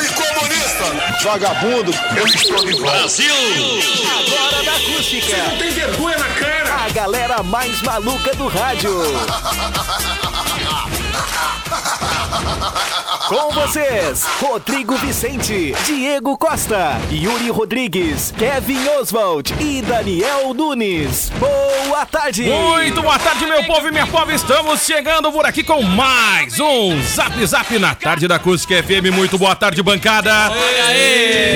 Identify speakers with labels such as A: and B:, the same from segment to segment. A: e comunista.
B: Vagabundo, eu estou de volta.
C: Agora da acústica.
A: Tem vergonha na cara.
C: A galera mais maluca do rádio. Com vocês, Rodrigo Vicente, Diego Costa, Yuri Rodrigues, Kevin Oswald e Daniel Nunes. Boa tarde!
D: Muito boa tarde, meu povo e minha povo. Estamos chegando por aqui com mais um Zap Zap na tarde da Acústica FM. Muito boa tarde, bancada.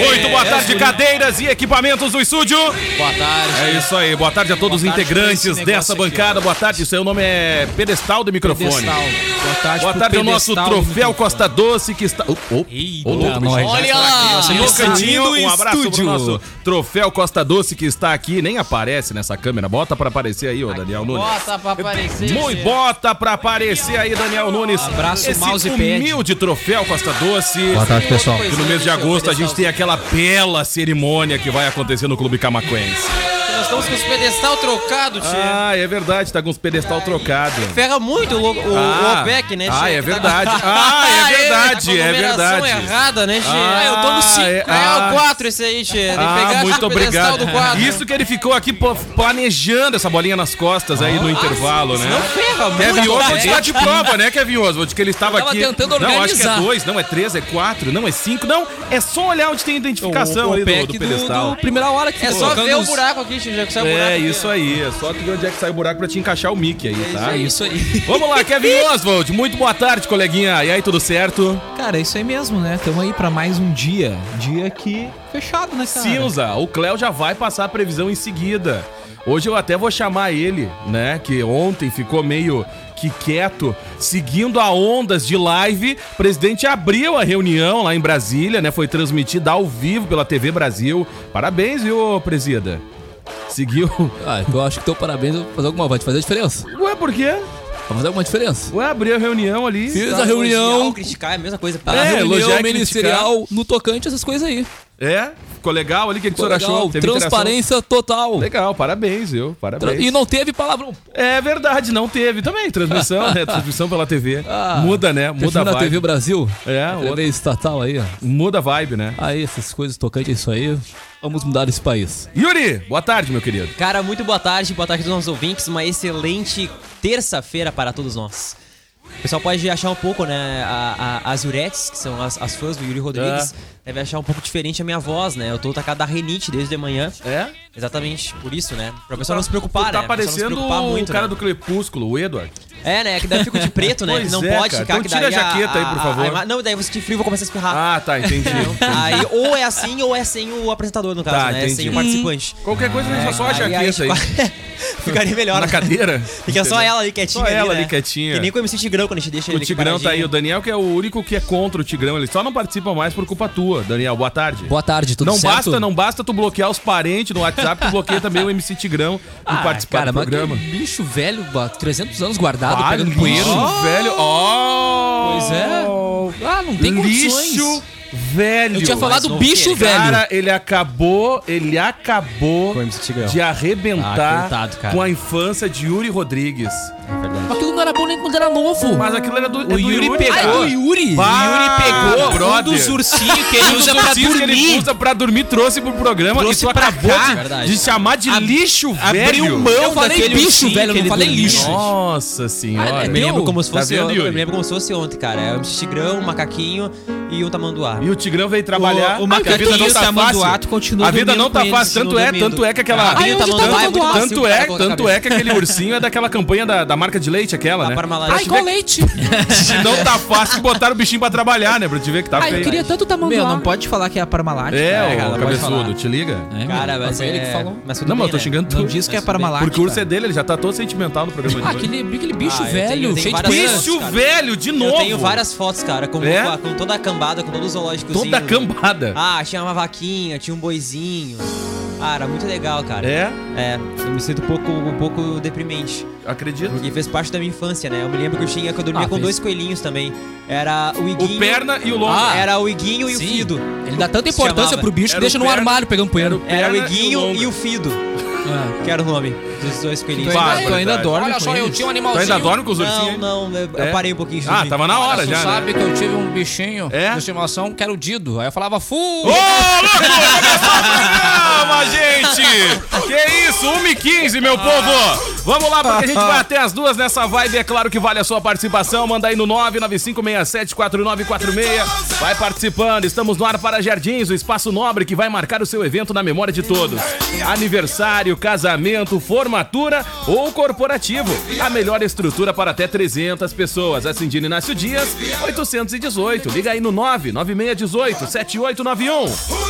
D: Muito boa tarde, cadeiras e equipamentos do estúdio.
E: Boa tarde.
D: É isso aí. Boa tarde a todos os
E: Boa tarde pra
D: integrantes
E: esse
D: dessa
E: negócio aqui,
D: bancada. Boa tarde. Seu nome é Pedestal do Microfone.
E: Pedestal. Boa tarde,
D: Boa
E: pro
D: tarde ao nosso
E: pedestal do
D: troféu
E: microfone.
D: Costa Doce que está. Oh, oh, oh, louco, bicho.
E: Olha lá.
D: No cantinho,
E: Saindo
D: um abraço pro
E: estúdio.
D: nosso troféu Costa Doce que está aqui, nem aparece nessa câmera. Bota pra aparecer aí, ô Daniel Nunes.
E: Bota pra aparecer.
D: Muito bota pra aparecer aí, Daniel Nunes.
E: Abraço,
D: Esse
E: mousepad.
D: humilde troféu Costa Doce.
E: tarde, pessoal.
D: E no mês de agosto a gente tem aquela bela cerimônia que vai acontecer no Clube Camaquense.
E: Nós estamos com os pedestal trocado, tio.
D: Ah, é verdade, tá com os pedestal trocado.
E: Ferra muito o, logo- o, o OPEC, né,
D: Ah,
E: tio?
D: é
E: Que tá-
D: verdade. Ah, é
E: Tá
D: verdade,
E: com a
D: é
E: numeração
D: verdade.
E: errada, né, tio?
D: Ah, eu tô no cinco.
E: É,
D: Ah.
E: é o 4 esse aí, tio. Tem que pegar
D: Ah,
E: acho,
D: muito
E: o pedestal
D: obrigado.
E: do 4.
D: Isso que ele ficou aqui pô, planejando essa bolinha nas costas aí no intervalo, né?
E: Não ferra muito.
D: Kevin
E: o
D: Oswald
E: Opec.
D: está de prova, né, Kevin Oswald? Que ele estava
E: Eu tava
D: aqui.
E: tentando
D: Não, acho que é
E: organizar.
D: dois, não é três, é quatro, não é cinco, não. É só olhar onde tem identificação ali do, do pedestal.
E: primeira hora que É só
D: colocando
E: ver o
D: os-
E: buraco aqui, tio. Já que saiu o buraco.
D: É
E: aqui,
D: isso
E: ó.
D: aí, é só tu ver onde é que sai o buraco pra te encaixar o mic aí, tá?
E: É isso aí.
D: Vamos lá, Kevin Oswald, muito boa tarde, coleguinha. E aí, tudo certo?
F: Cara, é isso aí mesmo, né? Tamo aí pra mais um dia. Dia que. Fechado, né, cara?
D: Cinza, o Cléo já vai passar a previsão em seguida. Hoje eu até vou chamar ele, né? Que ontem ficou meio que quieto, seguindo a ondas de live. O presidente abriu a reunião lá em Brasília, né? Foi transmitida ao vivo pela TV Brasil. Parabéns, viu, presida? Seguiu.
G: Ah, eu acho que teu parabéns vai fazer alguma vai te fazer diferença.
D: Ué, por quê?
G: Vai fazer alguma diferença.
D: Ué, abriu a reunião ali.
G: Fiz a
E: Elogiar ou
G: reunião,
E: criticar é a mesma coisa.
G: a
D: É, elogiar
G: reunião
D: e
G: ministerial no tocante a essas coisas aí.
D: É, ficou legal ali. O que, que o senhor
G: Legal,
D: achou? Teve interação?
G: transparência total.
D: Legal, É parabéns, viu?
G: Tra-
D: Parabéns.
G: E não teve palavrão.
D: É verdade, não teve também transmissão, né? Transmissão pela TV.
G: Ah,
D: muda, né? Muda a
G: Muda na
D: vibe.
G: TV Brasil.
D: É,
G: a TV
D: outra-
G: estatal aí, ó.
D: Muda a vibe, né?
G: Aí, essas coisas tocante é isso aí. Vamos mudar esse país.
D: Yuri, boa tarde, meu querido.
E: Cara, muito boa tarde, boa tarde aos nossos ouvintes, uma excelente terça-feira para todos nós. O pessoal pode achar um pouco, né, a- a- as Yuretes, que são as, as fãs do Yuri
D: É.
E: Rodrigues, deve achar um pouco diferente a minha voz, né? Eu tô tacado da renite desde de manhã,
D: É?
E: exatamente por isso, né? Pra pessoa não se preocupar, né?
D: Tá
E: Pra pessoa não se
D: parecendo
E: preocupar
D: o
E: muito,
D: cara
E: né?
D: do Crepúsculo, o Edward.
E: É, né? Que daí eu fico de preto, né?
D: Pois
E: não
D: é,
E: pode
D: cara.
E: ficar
D: Então
E: que
D: tira
E: daí
D: a jaqueta aí, por favor.
E: a- não, daí você te frio e vou começar a espirrar.
D: Ah, tá, entendi.
E: Aí ou é assim ou é sem o apresentador, no caso,
D: Tá,
E: né?
D: entendi.
E: Sem o participante.
D: Qualquer coisa, deixa Uhum. só a é
E: Aí, aí,
D: jaqueta aí.
E: Ficaria melhor.
D: Na
E: né?
D: cadeira.
E: Fica só ela ali
D: Só
E: quietinha.
D: ela
E: né?
D: ali quietinha.
E: Que nem com o MC Tigrão quando a gente deixa
D: O
E: ele
D: Tigrão tá aí, o
E: paradinho.
D: Daniel que é o único que é contra o Tigrão, ele só não participa mais por culpa tua. Daniel, boa tarde.
G: Boa tarde, tudo
D: não
G: certo?
D: basta, não basta tu bloquear os parentes no WhatsApp, tu bloqueia também o MC Tigrão em
G: Ah,
D: participar
G: cara,
D: do
G: mas que
D: programa.
G: bicho velho, ba- 300 anos guardado,
D: Ah,
G: pegando
D: lixo,
G: poeira.
D: velho. Ó.
G: Pois é. Ah, não tem
D: Lixo
G: condições.
D: velho.
G: Eu tinha falado
E: novo que
G: bicho
E: ele,
G: velho.
D: Cara, ele acabou, ele acabou de arrebentar
E: Ah, coitado, cara.
D: com a infância de Yuri Rodrigues.
G: Aquilo não era bom nem quando era novo.
D: Mas aquilo era do, é
G: o
D: do
G: Yuri,
D: Ah,
G: pegou.
D: é do Yuri. Bah,
G: Yuri pegou
D: brother.
G: um dos ursinhos que ele
D: Ele
G: usa pra
D: que ele
G: dormir.
D: usa pra dormir, trouxe pro programa
G: Trouxe
D: e tu
G: pra
D: acabou
G: cá.
D: de, de chamar de lixo velho.
G: Eu falei
E: daquele
G: bicho,
E: ursinho
G: velho,
E: que
G: não
E: ele
G: falei
E: dormia.
G: lixo.
D: Nossa
G: Ah,
D: senhora.
G: é
E: Eu me lembro
G: Meu,
E: como se
D: tá
E: fosse
D: vendo,
E: ontem. Eu
D: Yuri?
E: me lembro como se fosse ontem, cara. É o MC Tigrão, um macaquinho e um tamanduá.
D: E o Tigrão veio trabalhar.
F: O- o
D: Ah, que a vida não
F: macaquinho
D: tá
F: tamanduá,
D: fácil.
F: tu continua
D: a vida
F: dormindo
D: não tá
F: com ele,
D: fácil, tanto
F: continua
D: é,
F: dormindo.
D: tanto é que aquela.
E: Ah, Aí onde tá o tamanduá é muito
D: tanto,
E: fácil,
D: tanto
E: o cara
D: é,
E: coloca a
D: tanto é que aquele ursinho é daquela campanha da, da marca de leite, aquela,
E: Lá
D: né?
E: para Parmalat.
G: leite.
D: Se não tá fácil que botaram o bichinho pra trabalhar, né? Pra te ver que tá feio.
G: tanto tamanduá.
F: Meu, não pode falar que é a Parmalat. né?
D: É,
F: cara,
D: ô,
F: não pode
D: cabeçudo, te liga.
G: É,
E: Cara,
G: meu,
E: mas
G: foi
E: é...
G: ele que falou.
E: Mas tudo
D: Não, mas eu
E: bem,
D: tô
E: né?
D: xingando
F: Não
D: tu.
F: diz que é
E: Mas tudo bem.
F: Parmalat.
D: Porque o urso é
F: cara.
D: dele, ele já tá todo sentimental no programa
G: Ah,
D: de hoje.
G: aquele, aquele bicho
E: Ah, eu tenho-
G: velho,
E: eu tenho
G: cheio de
E: várias-
F: né,
G: poeira.
E: Bicho,
D: Bicho velho, de novo.
E: Eu tenho várias fotos, cara, com,
D: É?
E: com a- com toda a cambada, com todo o zoológico.
F: Ah,
D: Toda a cambada.
E: Ah, tinha uma vaquinha, tinha um boizinho. Ah, era muito legal, cara.
D: É?
E: É, eu me sinto um pouco, um pouco deprimente.
D: Acredito.
E: Porque fez parte da minha infância, né? Eu me lembro que eu tinha, que eu dormia
G: Ah,
E: com
G: fez.
E: dois coelhinhos também. Era o Iguinho.
D: O Perna e o Longa.
E: Ah, era o Iguinho e
G: Sim.
E: o Fido.
G: Ele dá tanta
E: Se
G: importância
E: chamava.
G: pro bicho
D: Era
G: que deixa
D: o
G: no
D: perna-
G: armário pegando poeira.
D: Era
E: Era o
D: Perna e o
E: Iguinho
D: Longa.
E: e o Fido,
G: Ah.
E: que era o nome dos dois coelhinhos.
D: Então,
G: Tu ainda- tu
D: Barbaridade.
G: ainda dorme
H: Olha
G: com
H: só, eu
G: eles?
H: tinha um
D: Tu
H: animalzinho.
D: ainda dorme com os ursinhos?
E: Não,
D: hein?
E: não, eu
D: É?
E: parei um pouquinho.
D: Ah, tava na hora
G: Tu
D: já, né?
G: sabe que eu tive um bichinho
D: É?
G: de estimação que era o Dido. Aí eu falava, fu!
D: Ô, louco! Calma, gente! Que isso, 1h15, meu povo! Vamos lá, porque a gente vai até as duas nessa vibe. É claro que vale a sua participação. Manda aí no 995674946. Vai participando. Estamos no ar para Jardins, o espaço nobre que vai marcar o seu evento na memória de todos. Aniversário, casamento, formatura ou corporativo. A melhor estrutura para até 300 pessoas. Ascendino Inácio Dias, 818. Liga aí no 99618 7891.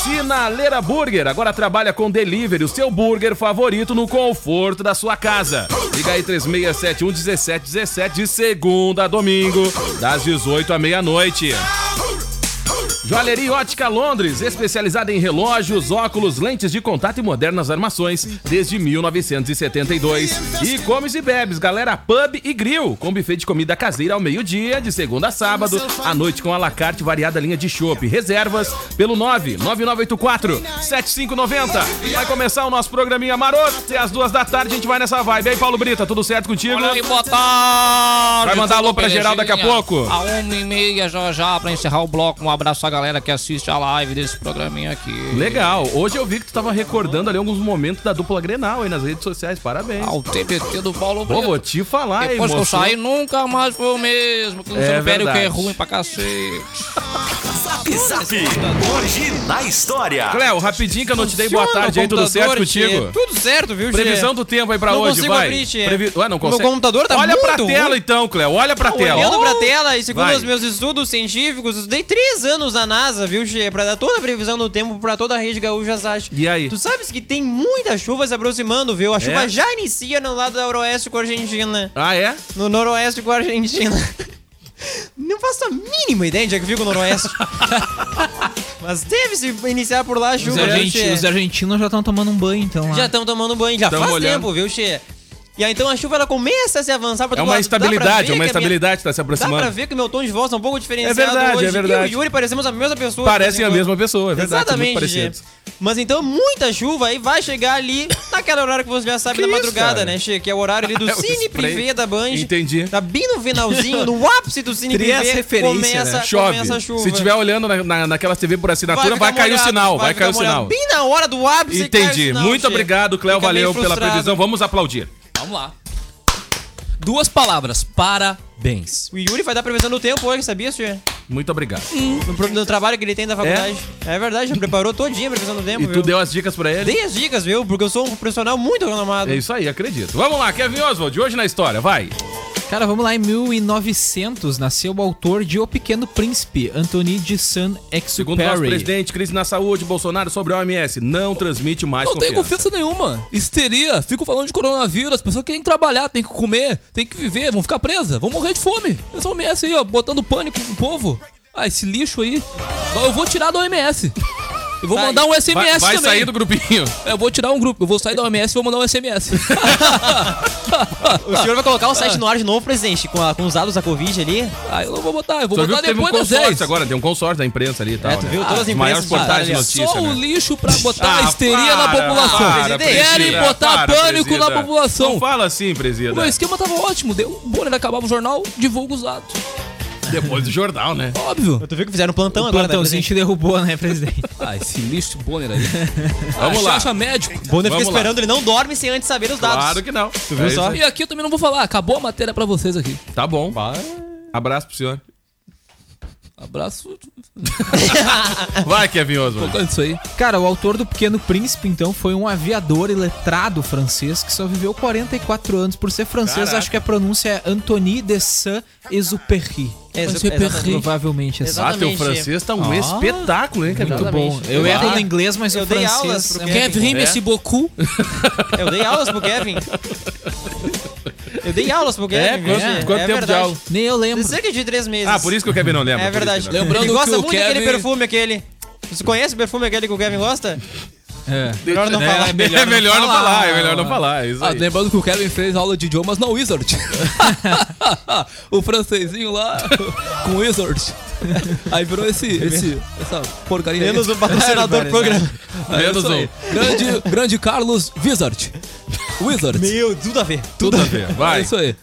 D: Sinaleira Burger agora trabalha com delivery, o seu burger favorito no conforto da sua casa. Liga aí 3671 1717 de segunda a domingo, das 18 à meia-noite. Joalheria Ótica Londres, especializada em relógios, óculos, lentes de contato e modernas armações desde 1972. E comes e bebes, galera, pub e grill, com buffet de comida caseira ao meio-dia, de segunda a sábado, à noite com alacarte variada linha de chopp. Reservas pelo 99984 7590. Vai começar o nosso programinha maroto, até às duas da tarde a gente vai nessa vibe. E aí, Paulo Brita, tudo certo contigo?
G: Olá e boa tarde.
D: Vai mandar
G: tudo
D: alô pra geral daqui a
G: belezinha?
D: pouco?
G: A uma e meia já já pra encerrar o bloco. Um abraço à galera que assiste a live desse programinha aqui.
D: Legal, hoje eu vi que tu tava recordando ali alguns momentos da dupla Grenal aí nas redes sociais, parabéns.
G: Ao TBT do Paulo
D: Pô,
G: Brito.
D: vou te falar, hein,
G: Depois que eu
D: moço.
G: saí, nunca mais foi o mesmo. Que o
D: É
G: Luciano Pério que é
D: verdade.
G: ruim pra cacete.
D: Cléo, rapidinho que eu não te dei boa tarde aí, tudo certo contigo?
E: Tudo certo, viu, Tchê?
D: Previsão do tempo aí pra
E: Não
D: hoje,
E: consigo
D: vai.
E: abrir, Tchê.
D: Previ- Ué, não consegue?
E: Meu computador tá
D: Olha pra
E: muito
D: tela
E: ruim.
D: então, Cléo, olha pra tela.
E: Olhando pra tela, e segundo
D: Vai.
E: os meus estudos científicos, eu dei três anos na NASA, viu, Che? Pra dar toda a previsão do tempo pra toda a rede gaúcha Sage.
D: E aí? É.
E: Tu sabes que tem muita chuva se aproximando, viu? A chuva já inicia no lado da Noroeste com a Argentina.
D: Ah, é?
E: No Noroeste com a Argentina. Não faço a mínima ideia de onde é que fica o Noroeste. Mas deve se iniciar por lá a
H: Os,
E: chuva, viu,
H: argenti-
E: Che?
H: os argentinos já estão tomando um banho, então. lá.
E: Já estão tomando um banho, já
D: Tamo
E: faz
D: olhando.
E: tempo, viu, Che? E aí, então a chuva ela começa a se avançar pra
D: É
E: todo
D: uma
E: lado. Dá pra
D: estabilidade,
E: ver
D: é uma
E: que a minha-
D: estabilidade que tá se
E: Dá pra
D: aproximando.
E: ver que o meu tom de voz tá um pouco diferenciado
D: verdade,
E: hoje.
D: é verdade.
E: Eu e o Yuri parecemos a mesma pessoa. tá
D: Parecem
E: de
D: a
E: vez em quando.
D: mesma pessoa, é verdade. são muito
E: Exatamente, Gê.
D: parecidos.
E: Mas então muita chuva aí vai chegar ali naquela horário que você já sabe
D: Que
E: da
D: isso,
E: madrugada,
D: cara?
E: né, Che? Que é o horário ali do
D: É o
E: Cine
D: spray.
E: Privé da Band.
D: Entendi.
E: Tá bem no finalzinho, no ápice do Cine
H: Cria essa
E: Privé,
H: referência,
E: começa,
H: né?
D: Chove.
E: começa a chuva.
D: Se tiver olhando na, na, naquela TV por assinatura, vai,
E: ficar
D: cair o
E: molhado,
D: sinal, vai,
E: ficar
D: cair o
E: molhado.
D: sinal.
E: Bem na hora do ápice cai o
D: Entendi.
E: sinal,
D: Muito
E: Che.
D: obrigado, Cléo,
E: Fica meio
D: valeu pela
E: frustrado.
D: previsão. Vamos aplaudir.
G: Vamos lá. Duas palavras. Parabéns.
E: O Yuri vai dar previsão do tempo hoje, sabia, Che?
D: Muito obrigado.
E: No, pro- no trabalho que ele tem da faculdade. É, verdade, já preparou todinha a previsão do tempo,
D: E
E: viu?
D: tu deu as dicas pra ele?
E: Dei as dicas, viu? Porque eu sou um profissional muito renomado.
D: É isso aí, acredito. Vamos lá, Kevin Oswald, hoje na história, vai.
H: Cara, vamos lá. Em 1900 nasceu o autor de O Pequeno Príncipe, Anthony de
D: Segundo o nosso
H: Saint-Exupéry.
D: presidente, crise na saúde, Bolsonaro sobre a OMS. Não transmite mais
G: Não tem
D: confiança.
G: confiança nenhuma. Histeria. Fico falando de coronavírus. As pessoas querem trabalhar, tem que comer, tem que viver, vão ficar presas, vão morrer de fome. Essa OMS aí, ó, botando pânico no povo. Ah, esse lixo aí. Eu vou tirar da OMS. Eu vou
E: Sai.
G: mandar um SMS
D: Tá Vai, vai
G: também.
D: sair do grupinho.
G: Eu vou tirar um grupo. Eu vou sair da OMS e vou mandar um SMS.
E: O senhor vai colocar o site no ar de novo, presidente, com, a- com os dados da Covid ali?
G: ah, eu não vou botar. Eu vou
D: Tu viu
G: botar
D: que teve um
G: depois das
D: consórcio
G: 10.
D: agora, tem um consórcio da imprensa ali e tal.
E: É, tu viu?
D: né?
E: Todas as
D: Ah,
E: imprensas
D: maiores portais de
E: falaram,
D: notícia,
G: Só o
D: né?
G: lixo pra botar
D: Ah,
G: histeria na
D: para,
G: população.
D: para,
G: Querem
D: presida,
G: botar
D: para,
G: pânico na
D: presida.
G: população.
D: Não fala assim,
G: O meu
D: presida.
G: esquema tava ótimo. Deu, o Bonner acabava o jornal, divulga os dados.
D: Depois do jornal, né?
G: Óbvio.
E: Tu viu que fizeram um plantão
H: O
E: agora, né,
H: plantãozinho
E: presidente?
H: te derrubou, né, presidente?
G: Ah, esse lixo de Bonner aí.
D: Vamos lá.
G: Chacha médico.
E: Bonner fica
D: Vamos lá.
E: esperando, ele não dorme sem antes saber os dados.
D: Claro que não. Tu
E: viu só?
G: E aqui eu também não vou falar. Acabou a matéria pra vocês aqui.
D: Tá bom. Abraço pro senhor.
G: Abraço.
D: Vai, Kevin Oswald.
G: Tocando isso aí.
H: Cara, o autor do Pequeno Príncipe, então, foi um aviador e letrado francês que só viveu 44 anos. Por ser francês,
D: Caraca.
H: acho que a pronúncia é Anthony de Saint-Exupéry.
E: É, exa-
G: Mas eu
E: exatamente.
G: perdi.
H: Provavelmente assim.
D: Ah, teu
E: Exatamente.
D: francês tá um espetáculo, hein, Kevin?
E: é
H: Muito bom.
E: exatamente.
H: Eu
D: Claro.
H: erro no inglês, mas
E: Eu
H: o
E: dei
H: francês...
E: aulas pro
H: é
E: Kevin.
H: muito bom.
G: Kevin
D: É?
G: esse Boku.
E: Eu dei aulas pro Kevin. Eu dei aulas pro Kevin.
D: É, quanto,
E: viu, Che?
D: quanto
E: É
D: tempo de
E: verdade.
D: aula?
H: Nem eu lembro.
E: Cerca de três meses.
D: Ah, por isso que o Kevin não lembra.
E: É
D: por isso
E: verdade.
D: que não lembra.
G: Lembrando
E: ele gosta
G: que o
E: muito daquele
G: Kevin-
E: perfume, aquele. Você conhece o perfume aquele que o Kevin gosta? É.
A: Melhor não falar, é melhor
D: é
A: não
D: melhor não
A: falar.
D: falar, é melhor não falar. é isso
A: Ah,
D: aí.
A: lembrando que o Kevin fez aula de idiomas na Wizard. o francesinho lá com Wizard. Aí virou esse, esse essa porcaria. aí.
I: Menos um patrocinador do programa. um.
A: É
D: Menos
A: isso aí. Grande, grande Carlos Wizard. Wizard.
I: Meu, tudo a ver.
D: Tudo a ver,
A: É
D: vai.
A: isso aí.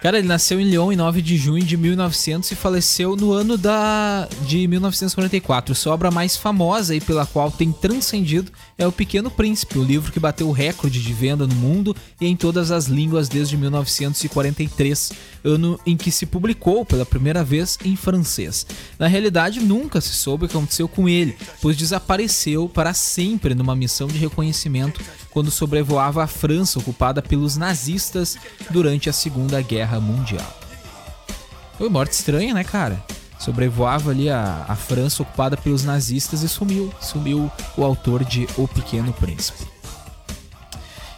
E: Cara, ele nasceu em Lyon em 9 de junho de 1900 e faleceu no ano da de 1944. Sua obra mais famosa e pela qual tem transcendido é O Pequeno Príncipe, o livro que bateu o recorde de venda no mundo e em todas as línguas desde 1943, ano em que se publicou pela primeira vez em francês. Na realidade, nunca se soube o que aconteceu com ele, pois desapareceu para sempre numa missão de reconhecimento quando sobrevoava a França ocupada pelos nazistas durante a Segunda Guerra Mundial. Foi morte estranha, né, cara? Sobrevoava ali a, a França ocupada pelos nazistas e sumiu. Sumiu o autor de O Pequeno Príncipe.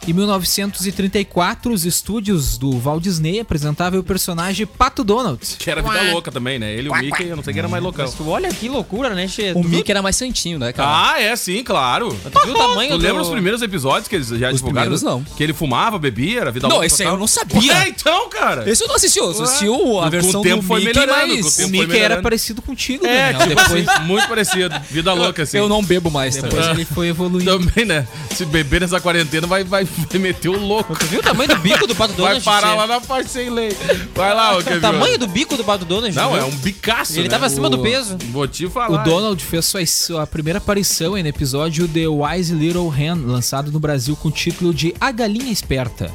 E: Em 1934, os estúdios do Walt Disney apresentavam o personagem Pato Donald.
D: Que era vida louca também, né? Ele e o Mickey, eu não sei quem era mais loucão.
I: Olha que loucura, né, Che?
A: O Mickey era mais santinho, né, cara?
D: Ah, é sim, claro.
I: Tu viu o tamanho
D: Tu
I: do...
D: lembra os primeiros episódios que eles já divulgaram?
A: primeiros, não.
D: Que ele fumava, bebia, era vida
A: Não,
D: louca.
A: esse aí eu
D: total.
A: não
E: é
A: sabia.
D: Ué, então, cara.
A: Esse eu não assisti, eu assisti
D: Com
A: a
D: o
A: versão do
D: tempo foi
A: Mickey,
D: melhorando, com o
A: mas...
D: tempo
E: O
D: foi
E: Mickey era
D: melhorando.
E: parecido contigo,
D: É,
E: Daniel.
D: tipo
E: depois,
D: assim, muito parecido. Vida louca, assim.
A: Eu não bebo mais, tá?
E: depois ele foi evoluindo.
D: Também, né? Se beber nessa quarentena, vai, vai, vai meter o louco.
I: Tu viu o tamanho do bico do Pato
D: Vai
I: Donald?
D: parar
I: Che?
D: lá na parte sem lei. Vai lá, ô Kevin.
I: O tamanho do bico do Pato Donald?
D: Não,
I: viu?
D: é um bicaço,
I: Ele
D: né?
I: tava acima do
D: O-
I: peso.
D: Vou te
E: O
D: falar.
E: Donald fez sua, sua primeira aparição em episódio The Wise Little Hen, lançado no Brasil com o título de A Galinha Esperta.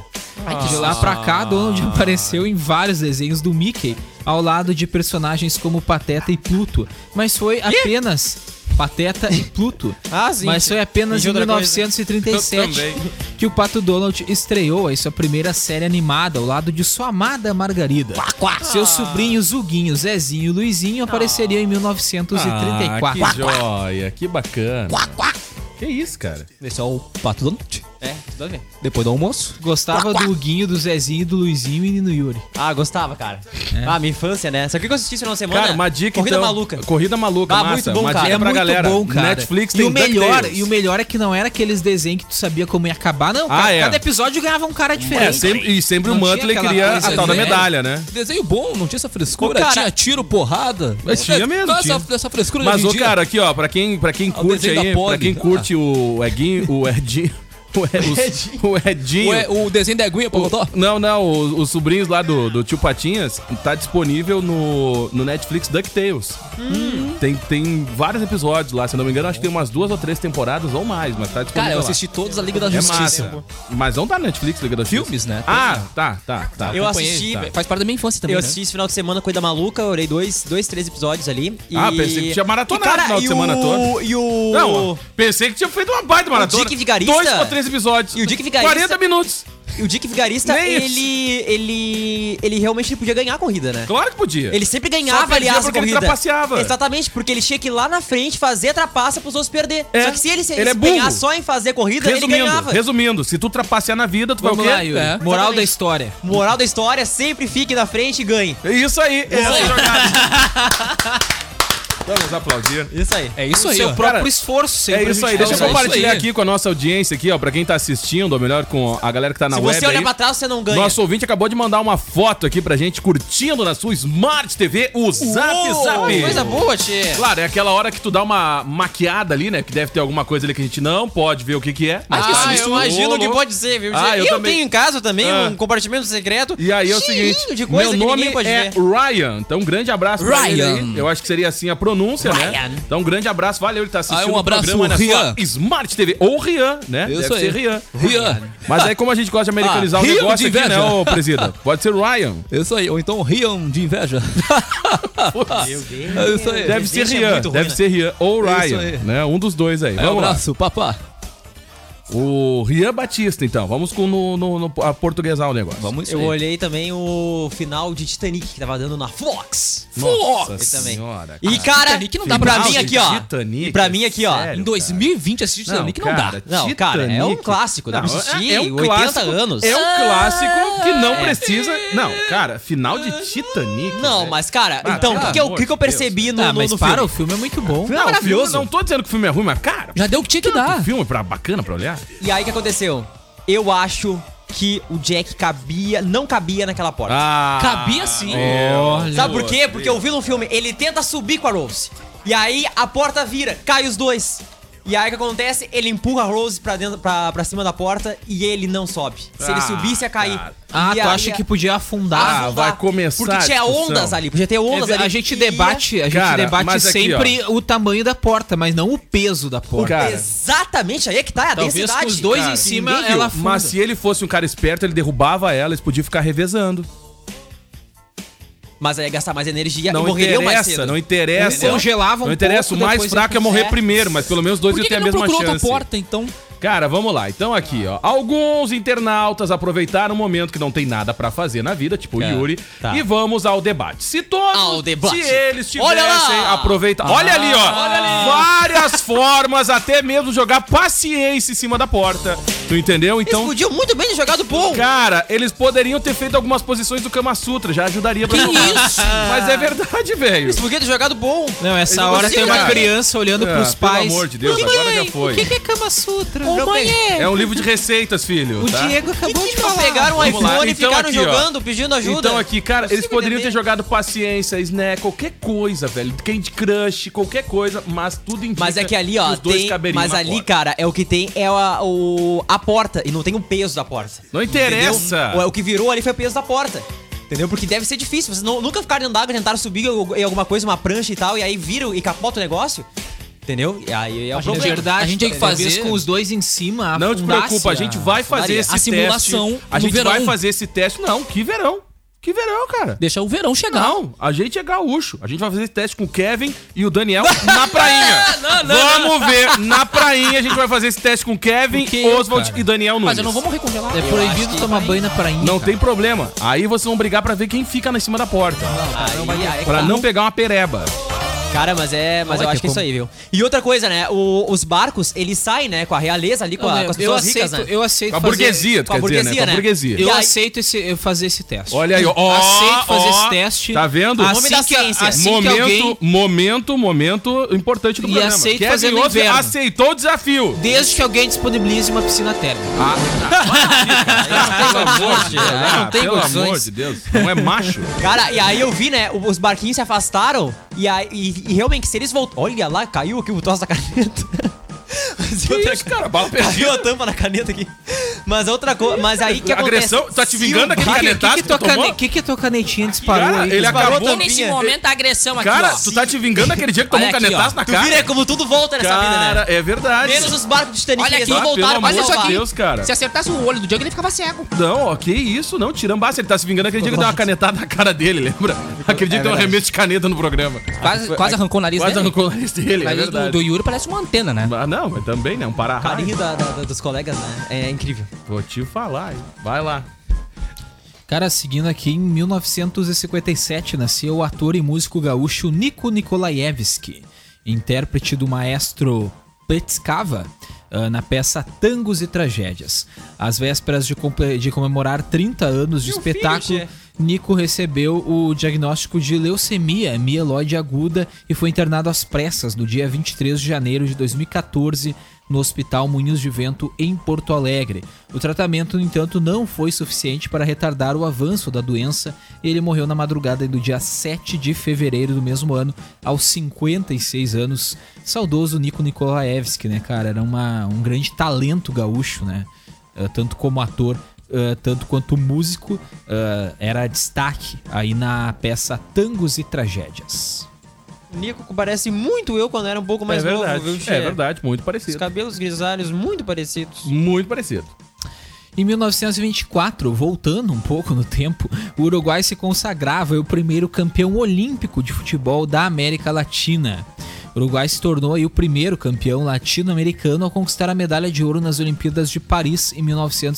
E: de lá pra cá, Donald apareceu em vários desenhos do Mickey, ao lado de personagens como Pateta e Pluto, mas foi apenas Pateta e Pluto.
I: Ah, sim.
E: Mas foi apenas
I: Entendi
E: em
I: outra coisa.
E: 1937
D: Eu também.
E: que o Pato Donald estreou aí sua primeira série animada ao lado de sua amada Margarida. Seus sobrinhos Zuguinho, Zezinho e Luizinho
I: Ah.
E: apareceriam em 1934.
D: Ah, que joia, que bacana. Que isso, cara?
A: Esse é o Pato Donald.
I: É, tudo a ver.
A: Depois do almoço.
E: Gostava do Huguinho, do Zezinho, do Luizinho e do Yuri.
I: Ah, gostava, cara. Ah, minha infância, né? Sabe o que eu assisti esse final de semana?
D: É. Cara, uma dica
I: Corrida
D: então.
I: maluca.
D: Corrida maluca,
I: Ah,
D: massa.
I: muito bom,
D: uma
I: cara.
D: dica
I: É
D: pra galera. Netflix
E: e
D: tem
E: o melhor
D: DuckTales.
E: E o melhor é que não era aqueles desenhos que tu sabia como ia acabar, não.
D: Ah,
E: cada,
D: é.
E: cada episódio ganhava um cara diferente.
D: É, sempre, e sempre o
E: Não tinha
D: Muttley
E: aquela
D: queria a
E: coisa,
D: tal da
A: né?
D: medalha, né?
A: Desenho bom, não tinha essa frescura.
I: Ô, cara-
A: Tinha tiro, porrada.
D: Mas tinha mesmo,
A: Qual é Essa,
D: tinha.
A: essa frescura de
D: Mas,
A: hoje em
D: ô,
A: dia?
D: cara, aqui, ó, pra quem, pra quem
A: o
D: curte
A: desenho da
D: aí,
A: Polly.
D: pra quem curte o Eguinho, o Edinho, o, E- os- o Edinho...
A: Ué, o desenho da Eguinha, Pocotó?
D: Não, não, os, os sobrinhos lá do, do Tio Patinhas tá disponível no, no Netflix DuckTales. Tem, tem vários episódios lá, se eu não me engano, acho que tem umas duas ou três temporadas ou mais, mas tá disponível
A: Cara, eu
D: lá.
A: assisti todos a Liga da
D: É
A: Justiça.
D: massa. Mas não tá na Netflix, Liga da Justiça.
A: Filmes, né?
D: Ah, tá, tá, tá.
I: Eu
A: Acompanhei,
I: assisti,
A: tá.
I: velho.
A: Faz parte da minha infância também.
I: eu
D: É.
A: né?
I: assisti esse final de semana Corrida Maluca, eu orei dois, dois, três episódios ali. E...
D: Ah, pensei que tinha maratonado
I: E, cara,
D: o final de
I: e
D: semana todo.
I: E o...
D: Não, pensei que tinha feito uma baita maratona.
I: Dick Vigarista?
D: Dois ou três episódios.
I: E o Dick Vigarista-
D: 40 minutos.
I: E o Dick Vigarista,
D: Nem isso.
I: ele, ele... Ele realmente podia ganhar a corrida, né?
D: Claro que podia.
I: Ele sempre
D: Só
I: ganhava,
D: perdia
I: aliás, a
D: porque ele
I: corrida.
D: trapaceava.
I: Exatamente, porque ele tinha que ir lá na frente fazer a trapaça pros outros perder.
D: É,
I: Só que se ele se
D: ele é burro.
I: empenhar só em fazer a corrida, ele
D: Resumindo,
I: ganhava.
D: resumindo, se tu trapacear na vida, tu vai o
E: Vamos
D: quê?
E: lá, Yuri.
A: É.
E: Moral
I: Exatamente.
E: da história.
I: Moral da história, sempre fique na frente e ganhe.
D: É isso aí. É essa jogada. Vamos aplaudir.
I: Isso aí.
A: É isso
E: O
A: aí,
E: seu
A: ó.
E: próprio
D: Cara,
E: esforço
D: É
E: sempre.
D: isso aí,
E: a gente
D: deixa eu
A: É isso
E: dá um-
D: compartilhar
A: aí.
D: aqui com a nossa audiência aqui, ó, pra quem tá assistindo, ou melhor, com a galera que tá na
I: Se
D: web
I: você olhar
D: aí.
I: pra trás, você não ganha.
D: Nosso ouvinte acabou de mandar uma foto aqui pra gente, curtindo na sua Smart TV, o Zap Zap.
I: coisa boa, Tchê.
D: Claro, é aquela hora que tu dá uma maquiada ali, né? Que deve ter alguma coisa ali que a gente não pode ver o que que é. mas
I: Ah,
D: tá ali.
I: eu imagino
D: Ô,
I: o que
D: louco.
I: pode ser, viu?
D: Ah,
I: eu
D: eu também.
I: tenho em casa também
D: Ah.
I: um compartimento secreto.
D: E aí é o
I: cheinho
D: seguinte,
I: de coisa
D: meu
I: que
D: nome
I: ninguém pode
D: é
I: ver.
D: Ryan. Então um grande abraço pra ele
A: Ryan.
D: aí. Eu acho que seria assim a pronúncia,
I: Ryan.
D: né? Então um grande abraço, valeu ele tá assistindo
A: Ah, um abraço,
D: o programa na
A: Rian.
D: sua Smart TV ou Rian, né?
A: Isso
D: Deve
A: aí.
D: ser Rian.
A: Rian.
D: Mas aí como a gente gosta de americanizar
A: Ah,
D: o
A: Rian
D: negócio
A: de
D: aqui, né,
A: inveja.
D: ô presida? Pode ser Ryan.
A: Isso aí, ou então riam de inveja.
I: Meu Deus.
A: É isso aí.
D: Deve ser
I: Desejo é
D: Rian,
I: muito ruim,
D: deve
I: né?
D: ser Rian ou
A: É isso
D: Ryan,
A: aí.
D: né? Um dos dois aí.
A: É, um
D: Vamos lá.
A: abraço, papá.
D: O Rian Batista, então. Vamos com no, no, no a portuguesar o negócio.
A: Vamos
I: Eu olhei também o final de Titanic que tava dando na Fox.
D: Nossa
I: Eu também.
D: senhora.
I: E cara,
A: Titanic não dá
I: pra
A: pra
I: mim
A: ver
I: aqui, ó.
D: Titanic, é
I: e pra mim aqui, ó.
D: sério,
A: Em 2020 assistir
D: Não,
A: Titanic não dá.
D: cara,
I: Não, cara, é um
D: Titanic.
I: clássico. Dá pra
D: Não,
I: assistir
D: é- é
I: 80 anos.
D: É um clássico que não precisa. Não, cara, final de Titanic.
I: Não,
D: velho.
I: mas cara,
D: Ah,
I: então, o
D: pelo
I: que, que eu,
D: amor
I: o que que eu
D: de Deus.
I: percebi no,
E: Ah,
I: no,
E: mas
I: no
E: para,
I: filme?
E: o filme é muito bom.
D: Não, o filme, não tô dizendo que o filme é ruim, mas, cara,
A: Já deu o que tinha que
D: tanto
E: Ah.
A: dar.
D: filme é pra, bacana pra olhar.
I: E aí o que aconteceu? Eu acho que o Jack cabia, não cabia naquela porta.
D: Ah, é,
A: Cabia sim.
I: Sabe por quê? Porque eu vi no filme, ele tenta subir com a Rose. E aí a porta vira, cai os dois. E aí o que acontece? Ele empurra a Rose pra, dentro, pra, pra cima da porta e ele não sobe. Se ele
D: Ah,
I: subisse, ia cair.
D: cara.
E: Ah,
I: E
E: tu
I: aí-
E: acha que podia afundar?
D: Ah,
I: afundar.
D: vai começar a
I: Porque tinha
D: discussão.
I: ondas ali, podia ter ondas ali.
E: a gente
I: que ia-
E: debate, a gente
D: Cara,
E: debate
D: mas aqui,
E: sempre o tamanho da porta, mas não o peso da porta.
D: Cara,
I: Exatamente, aí é que tá, é a
E: Talvez
I: densidade.
E: com os dois
D: cara,
E: em cima
D: ninguém viu.
E: ela afunda.
D: Mas se ele fosse um cara esperto, ele derrubava ela, eles podiam ficar revezando.
I: Mas aí ia gastar mais energia
D: Não
I: É, e morreriam mais
D: interessa,
I: cedo.
D: não interessa.
E: Eles congelavam
D: Não
E: um
D: interessa, o
E: pouco,
D: mais
E: depois
D: fraco é
E: ia
D: morrer
E: puxar.
D: primeiro, mas pelo menos dois
A: Por
D: iam
A: que,
D: ter
A: que
D: a
A: não
D: mesma
A: procurou outra
D: chance.
A: porta, então?
D: Cara, vamos lá. Então
E: Tá.
D: aqui, ó. Alguns internautas aproveitaram o momento que não tem nada pra fazer na vida, tipo
I: É,
D: o Yuri,
I: tá.
D: e vamos ao debate. Se todos,
I: Ao debate.
D: se eles
I: Olha lá!
D: tivessem aproveitado, olha ali, ó.
E: Ah,
D: Várias formas, até mesmo jogar paciência em cima da porta. Tu entendeu?
I: Eles
D: Então,
I: podiam muito bem ter jogado bom.
D: cara, eles poderiam ter feito algumas posições do Kama Sutra, já ajudaria pra jogar.
I: isso?
D: Mas é verdade, velho.
I: Eles podiam ter jogado bom.
E: Não, essa
D: Eles
E: hora
D: não
E: tem uma
D: conseguem,
E: criança olhando
D: Ah,
E: pros
D: pelo
E: pais.
D: amor de Deus,
E: Mamãe,
D: agora já foi.
E: O que que é Kama Sutra?
D: É um livro de receitas, filho.
E: O
D: tá?
E: Diego acabou
I: Por que
E: de
I: que não
E: falar.
I: pegaram um
D: Vamos lá.
I: iPhone e
D: Então
I: ficaram
D: aqui, ó.
I: jogando, pedindo ajuda?
D: Então aqui, cara,
I: Não
D: eles
I: consigo
D: poderiam ter
I: entender.
D: jogado paciência, snack, qualquer coisa, velho. Candy Crush, qualquer coisa, mas tudo indica
I: Mas é que ali, ó,
D: os dois
I: tem,
D: caberiam
I: mas
D: na
I: ali,
D: porta.
I: cara, é o que tem é a, o, a porta e não tem o peso da porta.
D: Não interessa.
I: Entendeu? O, o que virou ali foi o peso da porta. Entendeu? Porque deve ser difícil. Vocês não- nunca ficaram dentro d'água, tentaram subir al- em alguma coisa, uma prancha e tal, e aí viram e capota o negócio. Entendeu? E aí é o
E: Na
I: problema.
E: verdade,
A: A gente tem que
E: talvez
A: fazer-
E: com os dois em cima.
D: Não te
E: afundasse
D: preocupa, a gente vai fazer
A: Maria,
D: esse
A: a simulação
D: teste. A
A: no
D: gente vai
A: verão.
D: fazer esse teste. Não, que verão. Que verão, cara.
A: Deixa o verão chegar.
D: Não, a gente é gaúcho. A gente vai fazer esse teste com o Kevin e o Daniel na prainha. Vamos ver. Na prainha a gente vai fazer esse teste com o Kevin,
E: que eu,
D: Oswald
E: cara?
D: e Daniel Nunes.
A: Mas eu não vou morrer congelado.
E: É proibido tomar banho na prainha.
D: Não
E: cara.
D: tem problema. Aí vocês vão brigar pra ver quem fica na cima da porta.
I: Aí, aí, é que
D: Pra
I: tá.
D: não pegar uma pereba.
I: Cara, mas é.
E: Não
I: Mas eu
E: vai
I: acho
E: ter
I: que é isso aí, viu? E outra coisa, né? o- os barcos, eles saem, né? Com a realeza ali, com, a- com
E: eu
I: as pessoas
E: aceito,
I: ricas, né?
E: eu aceito
D: Com a
E: fazer-
D: burguesia, tu
I: com a
D: quer dizer, né?
I: burguesia,
D: Com a
I: né?
D: burguesia.
I: E
E: Eu
I: aí-
E: aceito esse, eu fazer esse teste.
D: Olha aí, ó. ó,
E: Aceito fazer
D: ó.
E: esse teste.
D: Tá vendo?
E: Assim
I: da
E: que,
I: ciência.
E: assim
D: momento,
E: que alguém,
D: momento, momento importante do
E: E
D: programa.
E: aceito
D: Kevin
E: fazer no
D: Oswald
E: inverno.
D: aceitou o desafio.
E: desde que alguém disponibilize uma piscina térmica.
D: Pelo amor de Deus.
A: não
D: ah,
A: tem
D: pelo
A: condições.
D: amor de Deus. Não é macho.
I: Ah, Cara, e aí eu vi, né? o- Os barquinhos se afastaram e, aí, e, e realmente, se eles voltam. Olha lá, caiu aqui o troço da caneta. Mas outra-
D: cara? Bala
I: Caiu a tampa da caneta aqui. Mas outra coisa. Mas aí que acontece.
D: Agressão? Tá te vingando
I: Se o
D: daquele
I: barco-
D: canetaço
E: que,
D: que
E: tua
D: tu tomou?
E: cane- que que tua canetinha disparou
D: Cara,
E: aí?
D: ele
I: disparou
D: acabou...
I: a
A: Nesse
I: Minha-
A: momento a agressão aqui,
D: Cara,
A: ó.
D: tu tá te vingando daquele dia que tomou um
A: Olha aqui,
D: canetaço
A: ó.
D: na
I: Tu vira
D: cara?
I: como tudo volta nessa vida,
D: Cara,
I: né?
D: é verdade.
I: Menos os barcos de Titanic.
A: Olha
I: eles
A: aqui,
D: Ah,
I: não
A: voltaram.
D: pelo
A: Olha isso
D: amor de
A: aqui.
D: Deus, cara.
A: Se acertasse o olho do Diego, ele ficava cego.
D: Não, ó, que isso, não, tirambaça, ele tá se vingando aquele dia que deu uma canetada na cara dele, lembra? Aquele dia que deu um arremesso de caneta no programa.
I: Ah,
A: Quase, quase arrancou o nariz
D: Quase
A: dele.
D: arrancou o nariz dele, é
A: O nariz do,
D: verdade.
A: do Yuri parece uma antena, né?
D: Ah, não, mas também, né, um para
I: O carinho da- da- da- dos colegas, né? É incrível.
D: Vou te falar, hein. vai lá.
E: Cara, seguindo aqui, em 1957 nasceu o ator e músico gaúcho Nico Nikolaevski, intérprete do maestro Petskava ah, na peça Tangos e Tragédias. Às vésperas de, comple- de comemorar 30 anos de espetáculo,
G: é.
E: Nico recebeu o diagnóstico de leucemia mieloide aguda e foi internado às pressas no dia 23 de janeiro de 2014 no Hospital Moinhos de Vento em Porto Alegre. O tratamento, no entanto, não foi suficiente para retardar o avanço da doença e ele morreu na madrugada do dia 7 de fevereiro do mesmo ano, aos 56 anos. Saudoso Nico Nikolaevski, né, cara? Era uma, um grande talento gaúcho, né? Eh, tanto como ator, eh, tanto quanto músico, eh, era destaque aí na peça Tangos e Tragédias.
I: Nico parece muito eu quando era um pouco mais
D: é
I: novo,
D: verdade,
I: viu, Tchê?
D: é verdade, muito
I: Os
D: parecido.
I: cabelos grisalhos muito parecidos.
D: Muito parecido.
E: Em 1924, voltando um pouco no tempo, o Uruguai se consagrava o primeiro campeão olímpico de futebol da América Latina. O Uruguai se tornou aí o primeiro campeão latino-americano a conquistar a medalha de ouro nas Olimpíadas de Paris em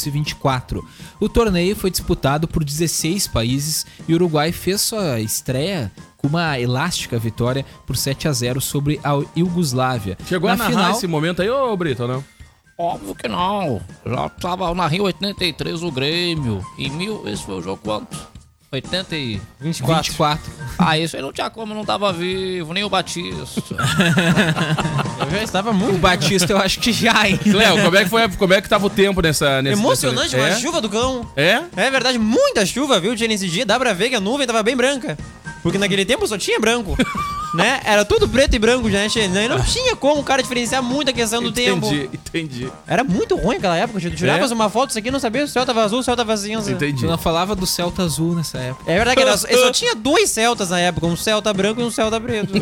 E: 1924. O torneio foi disputado por 16 países e o Uruguai fez sua estreia com uma elástica vitória por 7 a 0 sobre a Iugoslávia.
D: Chegou
E: Na
D: a narrar
E: final,
D: esse momento aí, ô Brito, ou não?
A: Óbvio que não. Já tava na Rio 83 o Grêmio. Em mil, esse foi o jogo quanto? 80 e...
I: 24.
E: 24.
A: Ah, isso aí não tinha como, não tava vivo, nem o Batista.
I: Eu já estava
E: O
I: muito
E: Batista eu acho que já, hein?
D: Léo, como é que foi? Como é que tava o tempo nessa. nessa
I: emocionante,
D: nessa...
I: uma
D: É?
I: chuva do cão.
D: É?
I: É verdade, muita chuva, viu, Jenny, esse dia. Dá pra ver que a nuvem tava bem branca. Porque naquele tempo só tinha branco. né? Era tudo preto e branco, gente. Não não tinha como o cara diferenciar muito a questão do tempo.
D: Entendi, entendi.
I: Era muito ruim aquela época, gente. Tu tirava
D: É?
I: uma foto, isso aqui não sabia se o céu tava azul, se o céu tava cinza.
D: Entendi.
E: Tu não falava do Celta Azul nessa época.
I: É verdade que era, só tinha dois celtas na época, um celta branco e um celta preto.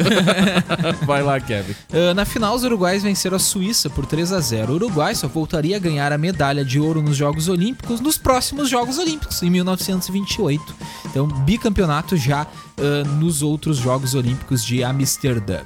D: Vai lá, Kevin.
E: Ah, na final, os uruguaios venceram a Suíça por 3 a 0. O Uruguai só voltaria a ganhar a medalha de ouro nos Jogos Olímpicos nos próximos Jogos Olímpicos, em 1928. Então, bicampeonato já ah, nos outros Jogos Olímpicos de Amsterdã.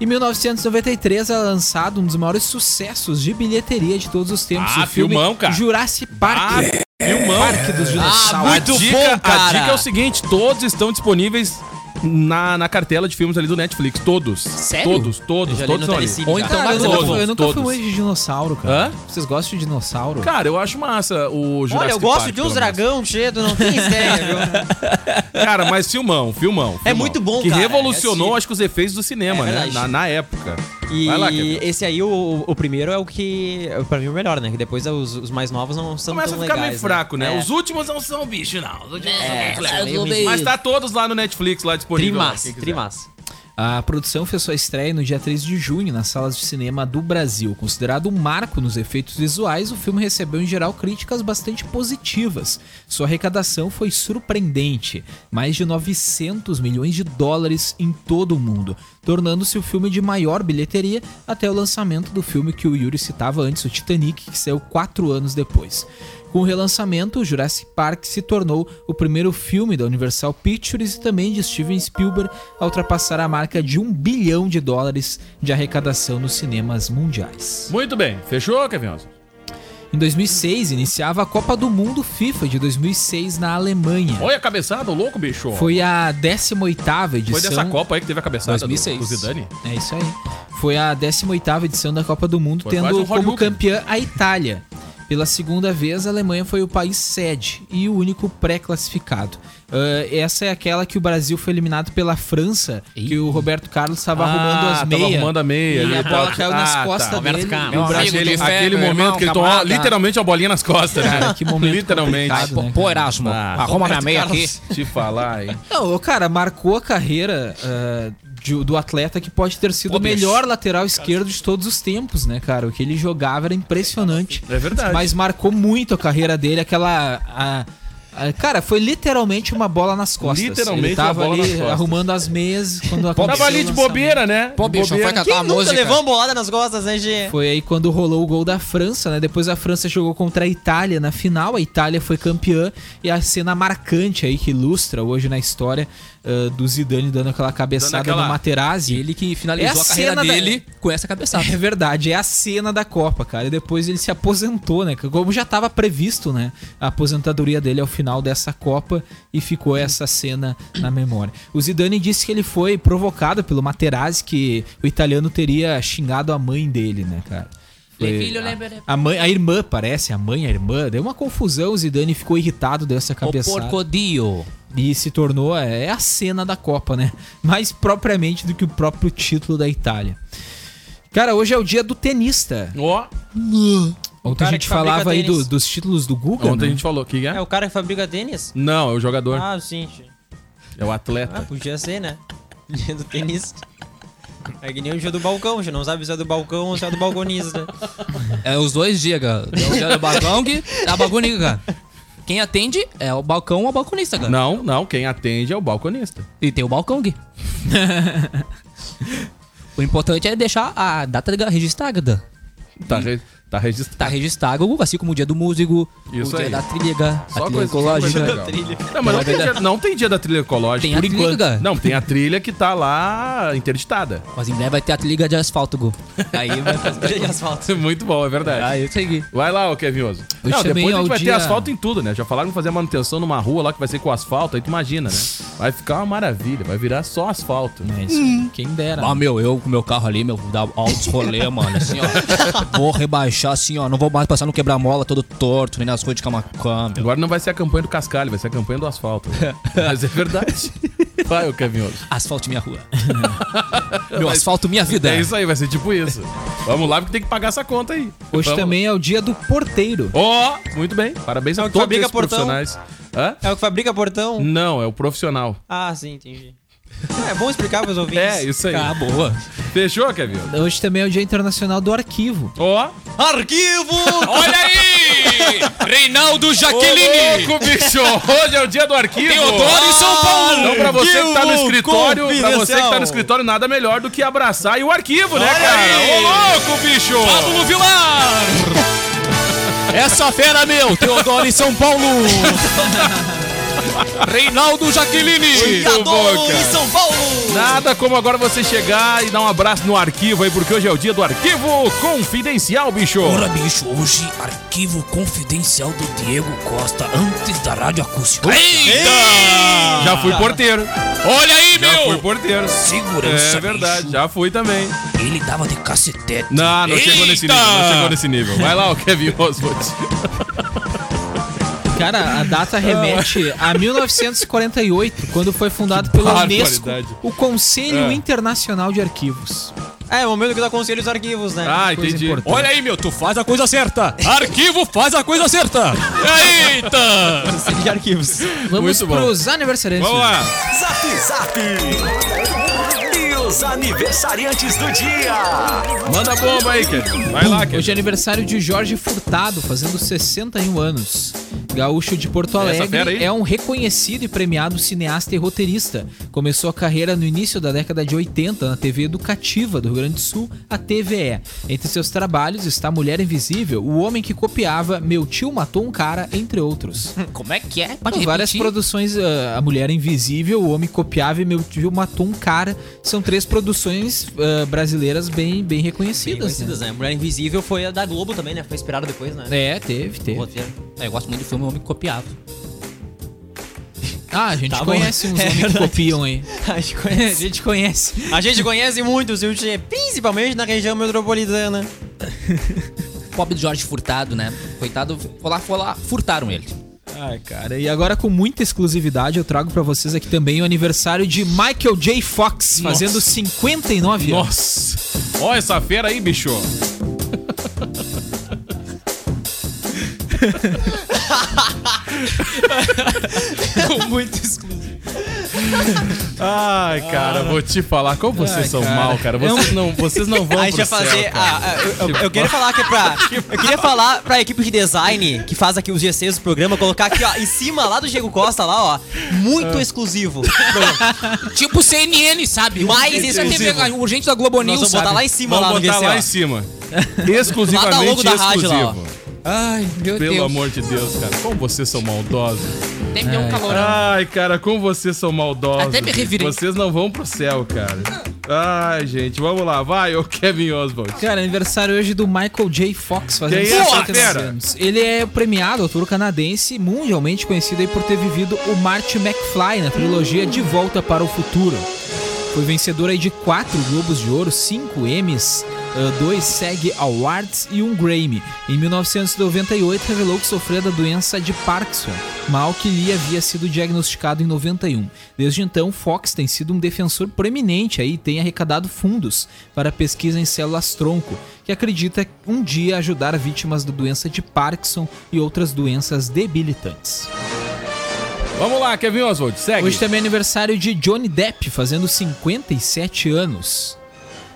E: Em 1993 é lançado um dos maiores sucessos de bilheteria de todos os tempos.
D: Ah,
E: o filme
D: filmão, cara. Ah,
E: Jurassic Park.
D: Filmão.
E: Parque dos Dinossauros.
D: a dica,
A: bom,
D: A
A: cara.
D: dica é o seguinte: todos estão disponíveis na, na cartela de filmes ali do Netflix. Todos.
I: Sério?
D: Todos, todos,
I: Eu já li
D: todos
I: no
D: estão ali.
I: Telecine
D: Ou
I: já.
D: então
E: Cara,
D: na
E: eu nunca,
D: Globo.
E: fui- eu nunca fui
D: Todos.
E: muito de dinossauro, cara.
D: Hã?
E: Vocês gostam de dinossauro?
D: Cara, eu acho massa o Jurassic
I: Olha, eu gosto
D: Park,
I: de
D: pelo
I: uns
D: menos.
I: dragão, cheio, não tem ideia, viu?
D: Cara, mas filmão, filmão.
I: É
D: filmão.
I: muito bom,
D: que
I: cara,
D: revolucionou,
I: é assim.
D: acho que, os efeitos do cinema,
I: É
D: né?
I: verdade.
D: Na, na época.
I: E
D: Vai lá, Kevin.
I: esse aí, o, o primeiro é o que, pra mim, o melhor, né? Que depois os, os mais novos não são
D: Começa a
I: tão
D: ficar
I: legais,
D: meio fraco, né?
I: É.
D: Os últimos não são bicho, não. Os últimos são muito legais.
I: meio
D: Mas tá todos lá no Netflix, lá disponível. lá,
I: Trimas,
D: quem quiser.
I: trimas. Tá
E: A produção fez sua estreia no dia 3 de junho nas salas de cinema do Brasil. Considerado um marco nos efeitos visuais, o filme recebeu em geral críticas bastante positivas. Sua arrecadação foi surpreendente, mais de 900 milhões de dólares em todo o mundo, tornando-se o filme de maior bilheteria até o lançamento do filme que o Yuri citava antes, o Titanic, que saiu quatro anos depois. Com o relançamento, o Jurassic Park se tornou o primeiro filme da Universal Pictures e também de Steven Spielberg a ultrapassar a marca de um bilhão de dólares de arrecadação nos cinemas mundiais.
D: Muito bem. Fechou, Kevin? Oswald?
E: Em 2006, iniciava a Copa do Mundo FIFA de 2006 na Alemanha.
D: Olha a cabeçada, o louco, bicho.
E: Foi a 18ª edição.
D: Foi dessa Copa aí que teve a cabeçada do-
E: 2006.
D: do Zidane.
E: É isso aí. Foi a 18ª edição da Copa do Mundo,
D: Foi quase
E: tendo
D: um
E: como
D: Hollywood.
E: campeã a Itália. Pela segunda vez, a Alemanha foi o país sede e o único pré-classificado. Ah, essa é aquela que o Brasil foi eliminado pela França, que o Roberto Carlos estava arrumando as
D: Ah,
E: meias.
D: Tava arrumando a um meia.
E: E a
D: ali,
E: bola
D: tá.
E: caiu nas
D: Ah,
E: costas
D: tá.
E: dele.
I: Carlos.
E: e o
A: Meu
E: Brasil-
A: é um amigo
D: Aquele,
A: de fé,
D: aquele
A: meu
D: momento
A: irmão,
D: que ele tomou
A: camarada. Tá,
D: literalmente a bolinha nas costas,
E: Cara,
D: né?
E: que momento
D: literalmente.
E: complicado, né,
A: Pô, Erasmo,
D: Ah,
A: Tipo, arruma minha meia aqui.
D: Te falar, hein?
E: Não, o cara marcou a carreira ah, de- do atleta que pode ter sido
A: Pô,
E: o
A: bicho.
E: melhor lateral esquerdo de todos os tempos, né, cara? O que ele jogava era impressionante.
D: É verdade.
E: Mas marcou muito a carreira dele, aquela. a- a- cara, foi literalmente uma bola nas costas.
D: Literalmente
E: Ele tava
D: uma bola
E: ali
D: nas costas.
E: arrumando as meias quando aconteceu
D: Tava ali de
E: o lançamento.
D: bobeira, né? De
A: Pô, bicho,
D: bobeira.
A: foi catar
I: Quem
A: a
I: nunca
A: música.
I: levou uma bolada nas costas, né, Gê?
E: Foi aí quando rolou o gol da França, né? Depois a França jogou contra a Itália na final, a Itália foi campeã e a cena marcante aí que ilustra hoje na história ah, do Zidane dando aquela cabeçada
D: aquela-
E: no Materazzi.
A: Ele que finalizou
E: É a
A: a, carreira
E: cena da-
A: dele com essa cabeçada.
E: É verdade, é a cena da Copa, cara. E depois ele se aposentou, né? Como já estava previsto, né? A aposentadoria dele ao final dessa Copa e ficou essa cena na memória. O Zidane disse que ele foi provocado pelo Materazzi, que o italiano teria xingado a mãe dele, né, cara? Foi-
G: É.
E: a, mãe, a irmã, parece, a mãe, a irmã. Deu uma confusão, o Zidane ficou irritado, deu essa cabeçada.
A: porcodio.
E: E se tornou é, a cena da Copa, né? Mais propriamente do que o próprio título da Itália. Cara, hoje é o dia do tenista.
D: Ó,
E: Ontem
I: cara
E: a gente
I: que fabrica
E: falava aí do-
I: tênis.
E: dos títulos do Guga,
D: ontem a
E: né?
D: gente falou. que é?
I: É o cara que fabrica tênis?
D: Não, é o jogador.
I: Ah, sim. Gê.
D: É o
I: Ah,
D: atleta.
I: podia ser, né? Dia do tênis. É que nem o dia do balcão, já não sabe se é do balcão ou se é do balconista.
E: né?
A: É os dois dias, cara. É o dia do balcão que a balconica, cara. Quem atende é o balcão ou a balconista, cara.
D: Não, não. Quem atende é o balconista.
A: E tem o balcão, Gui. o importante é deixar a data registrada.
D: Tá, re- Tá registrado.
A: Tá registrado, assim como o dia do músico,
D: Isso
A: o dia
D: aí.
A: da trilha,
G: Tá,
A: a trilha
D: coisa-
A: ecológica.
D: coisa legal. Não, mas não tem, dia, não tem dia da trilha ecológica.
A: Tem a
D: por enquanto.
A: trilha.
D: Não, tem a trilha que tá lá interditada.
A: Mas em breve vai ter a trilha de asfalto, Gu. Aí vai fazer trilha de asfalto.
D: Muito bom, é verdade.
A: Ah, eu segui.
D: Vai lá, ô Kevin Oso.
E: Eu
D: Não,
E: chamei
D: depois a gente
E: ao
D: vai ter
E: dia-
D: asfalto em tudo, né? Já falaram que fazer a manutenção numa rua lá que vai ser com asfalto, aí tu imagina, né? Vai ficar uma maravilha, vai virar só asfalto.
E: É isso.
D: Hum.
E: Quem dera. né?
A: Ah, meu, eu com meu carro ali, meu, dá altos rolê, mano, assim, ó. Vou rebaixar assim, ó. Não vou mais passar no quebra-mola todo torto, nem nas ruas de Camacuã, meu.
D: Agora não vai ser a campanha do cascalho, vai ser a campanha do asfalto. Mas é verdade. Vai, ô Kevin Oso.
A: Asfalto minha rua. meu, asfalto minha vida.
D: É isso aí, vai ser tipo isso. Vamos lá, porque tem que pagar essa conta aí.
E: Hoje
D: Vamos.
E: também é o dia do porteiro.
D: Ó, muito bem. Parabéns a
I: É o que
D: todos
I: fabrica
D: os
I: portão.
D: profissionais. Hã?
I: É o que fabrica portão?
D: Não, é o profissional.
I: Ah, sim, entendi. É bom explicar pros ouvintes.
D: É, isso aí.
A: Ah, boa.
D: Fechou, Kevin?
E: Hoje também é o dia internacional do arquivo.
D: Ó.
A: Arquivo! Olha aí! Reinaldo
D: Ô, louco, bicho! Hoje é o dia do arquivo!
A: em São Paulo!
D: Então, pra você que tá no escritório, pra você que tá
I: confidencial.
D: no escritório, nada melhor do que abraçar e o arquivo, né, cara? Ô, louco, bicho!
A: Pablo Vilar! Essa fera, meu! Teodoro em São Paulo! Reinaldo Jaqueline!
D: Muito bom, cara.
A: São Paulo!
D: Nada como agora você chegar e dar um abraço no arquivo aí, porque hoje é o dia do arquivo confidencial, bicho!
G: Ora, bicho, hoje arquivo confidencial do Diego Costa antes da rádio acústica.
A: Eita!
D: Já fui porteiro,
A: Olha aí,
D: já fui
A: meu!
D: porteiro.
G: Segurança,
D: É verdade, já fui também.
G: bicho. Ele dava de cacetete.
D: Não, não chegou nesse nível, não
A: Eita!
D: chegou nesse nível. Vai lá, o Kevin Oswald.
E: Cara, a data remete a 1948, quando foi fundado pela
D: Ah,
E: Unesco
D: barbaridade.
E: o Conselho
D: É.
E: Internacional de Arquivos.
I: Ah, é o momento que dá conselho os arquivos, né?
D: Ah, entendi.
A: Olha aí, meu, tu faz a coisa certa! Arquivo faz a coisa certa! Eita!
I: Conselho de arquivos.
E: Vamos
D: Muito bom.
E: pros aniversariantes.
D: Vamos lá.
J: Zap Zap! E os aniversariantes do dia!
D: Manda a bomba aí, Kevin. Vai lá, Kevin.
E: Hoje é aniversário de Jorge Furtado, fazendo 61 anos. Gaúcho de Porto
D: fera
E: Alegre
D: aí?
E: é um reconhecido e premiado cineasta e roteirista. Começou a carreira no início da década de 80 na TV educativa do Rio Grande do Sul, a TVE. Entre seus trabalhos está Mulher Invisível, O Homem que Copiava, Meu Tio Matou um Cara, entre outros.
A: Como é que é?
E: Então, várias produções, ah, A Mulher Invisível, O Homem Copiável e Meu Tio Matou um Cara, são três produções ah, brasileiras bem, bem
I: Bem
E: reconhecidas. né?
I: conhecidas, né? Mulher Invisível foi a da Globo também, né? Foi esperada depois, né?
E: É, teve,
I: O
E: teve.
I: roteiro.
A: Eu gosto muito do filme Homem Copiado.
E: Ah, a gente
I: Tá bom.
E: conhece uns
I: É
E: homens que
I: verdade.
E: copiam aí.
I: A gente
E: A
I: conhece.
E: gente conhece.
I: A gente conhece muito o Silvio principalmente na região metropolitana.
A: Pobre do Jorge Furtado, né? Coitado, foi lá, foi lá, furtaram ele.
E: Ai, cara, e agora com muita exclusividade eu trago pra vocês aqui também o aniversário de Michael J. Fox, fazendo 59 anos.
D: Nossa! Ó essa fera aí, bicho!
I: muito exclusivo.
D: Ai, cara, vou te falar. Como vocês são mal,
I: É um
D: cara. Vocês não, vocês não vão
I: A gente
D: pro
I: vai
D: céu,
I: fazer.
D: cara.
I: ah, ah, eu, eu- eu queria falar que é pra. Eu queria falar pra equipe de design que faz aqui os GCs do programa, colocar aqui, ó, em cima lá do Diego Costa, lá, ó. Muito
D: Ah.
I: exclusivo.
A: Tipo CNN, sabe?
I: Mais
A: Urgente da
I: exclusivo.
A: TV, urgente da Globo
I: Nós
A: News,
I: vamos é botar
A: sabe?
I: lá em cima,
D: Vamos
I: lá no
D: botar
I: GC.
D: lá
I: ó.
D: em cima.
I: Lá da
D: Exclusivamente
I: logo da rádio lá,
D: exclusivo.
A: Ai, meu
D: Pelo
A: Deus.
D: amor de Deus, cara. Como vocês são maldosos.
A: Até me deu um
E: É,
A: calorão.
D: Ai, cara, como vocês são maldosos.
A: Até me revirei.
D: Vocês não vão pro céu, cara. Ai, gente, vamos lá. Vai, ô Kevin Oswald.
E: Cara, aniversário hoje do Michael J. Fox, fazendo
D: Quem é essa
E: 59
D: fera?
E: anos. Ele é premiado, autor canadense, mundialmente conhecido aí por ter vivido o Marty McFly na né? trilogia De Volta para o Futuro. Foi vencedor aí de quatro Globos de Ouro, cinco Emmys, eh, dois SAG Awards e um Grammy. Em 1998, revelou que sofria da doença de Parkinson, mal que lhe havia sido diagnosticado em 91. Desde então, Fox tem sido um defensor proeminente aí e tem arrecadado fundos para pesquisa em células-tronco, que acredita um dia ajudar vítimas da doença de Parkinson e outras doenças debilitantes.
D: Vamos lá, Kevin Oswald, segue.
E: Hoje também é aniversário de Johnny Depp, fazendo 57 anos.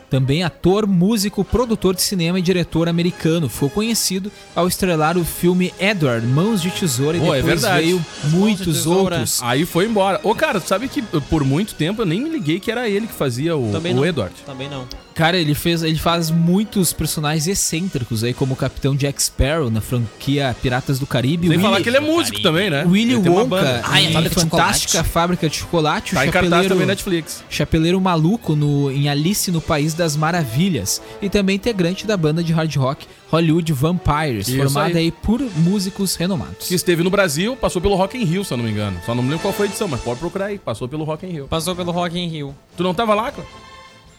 E: Também ator, músico, produtor de cinema e diretor americano. Ficou conhecido ao estrelar o filme Edward, Mãos de Tesoura,
D: Pô, é
E: e depois
D: verdade.
E: veio muitos
I: Tesoura.
E: outros.
D: Aí foi embora. Ô, cara, tu sabe que por muito tempo eu nem me liguei que era ele que fazia o,
I: Também
D: o
I: não.
D: Edward.
I: Também não.
E: Cara, ele, fez, ele faz muitos personagens excêntricos aí, como o Capitão Jack Sparrow na franquia Piratas do Caribe.
D: Sem
E: Willy-
D: falar que ele é músico também, né?
E: Willy
D: Ele tem uma
E: Wonka
D: banda.
G: Ai, a
E: em
G: fábrica de
E: Fantástica
G: chocolate.
E: Fábrica de Chocolate.
D: Tá
E: o
D: em cartaz
E: Chapeleiro-
D: também na Netflix.
E: Chapeleiro Maluco no, em Alice no País das Maravilhas e também integrante da banda de hard rock Hollywood Vampires,
D: Isso
E: formada
D: aí.
E: aí. por músicos renomados.
D: Que esteve no Brasil, passou pelo Rock in Rio, se eu não me engano. Só não me lembro qual foi a edição, mas pode procurar aí. Passou pelo Rock in Rio.
I: Passou pelo Rock in Rio.
D: Tu não tava lá, cara?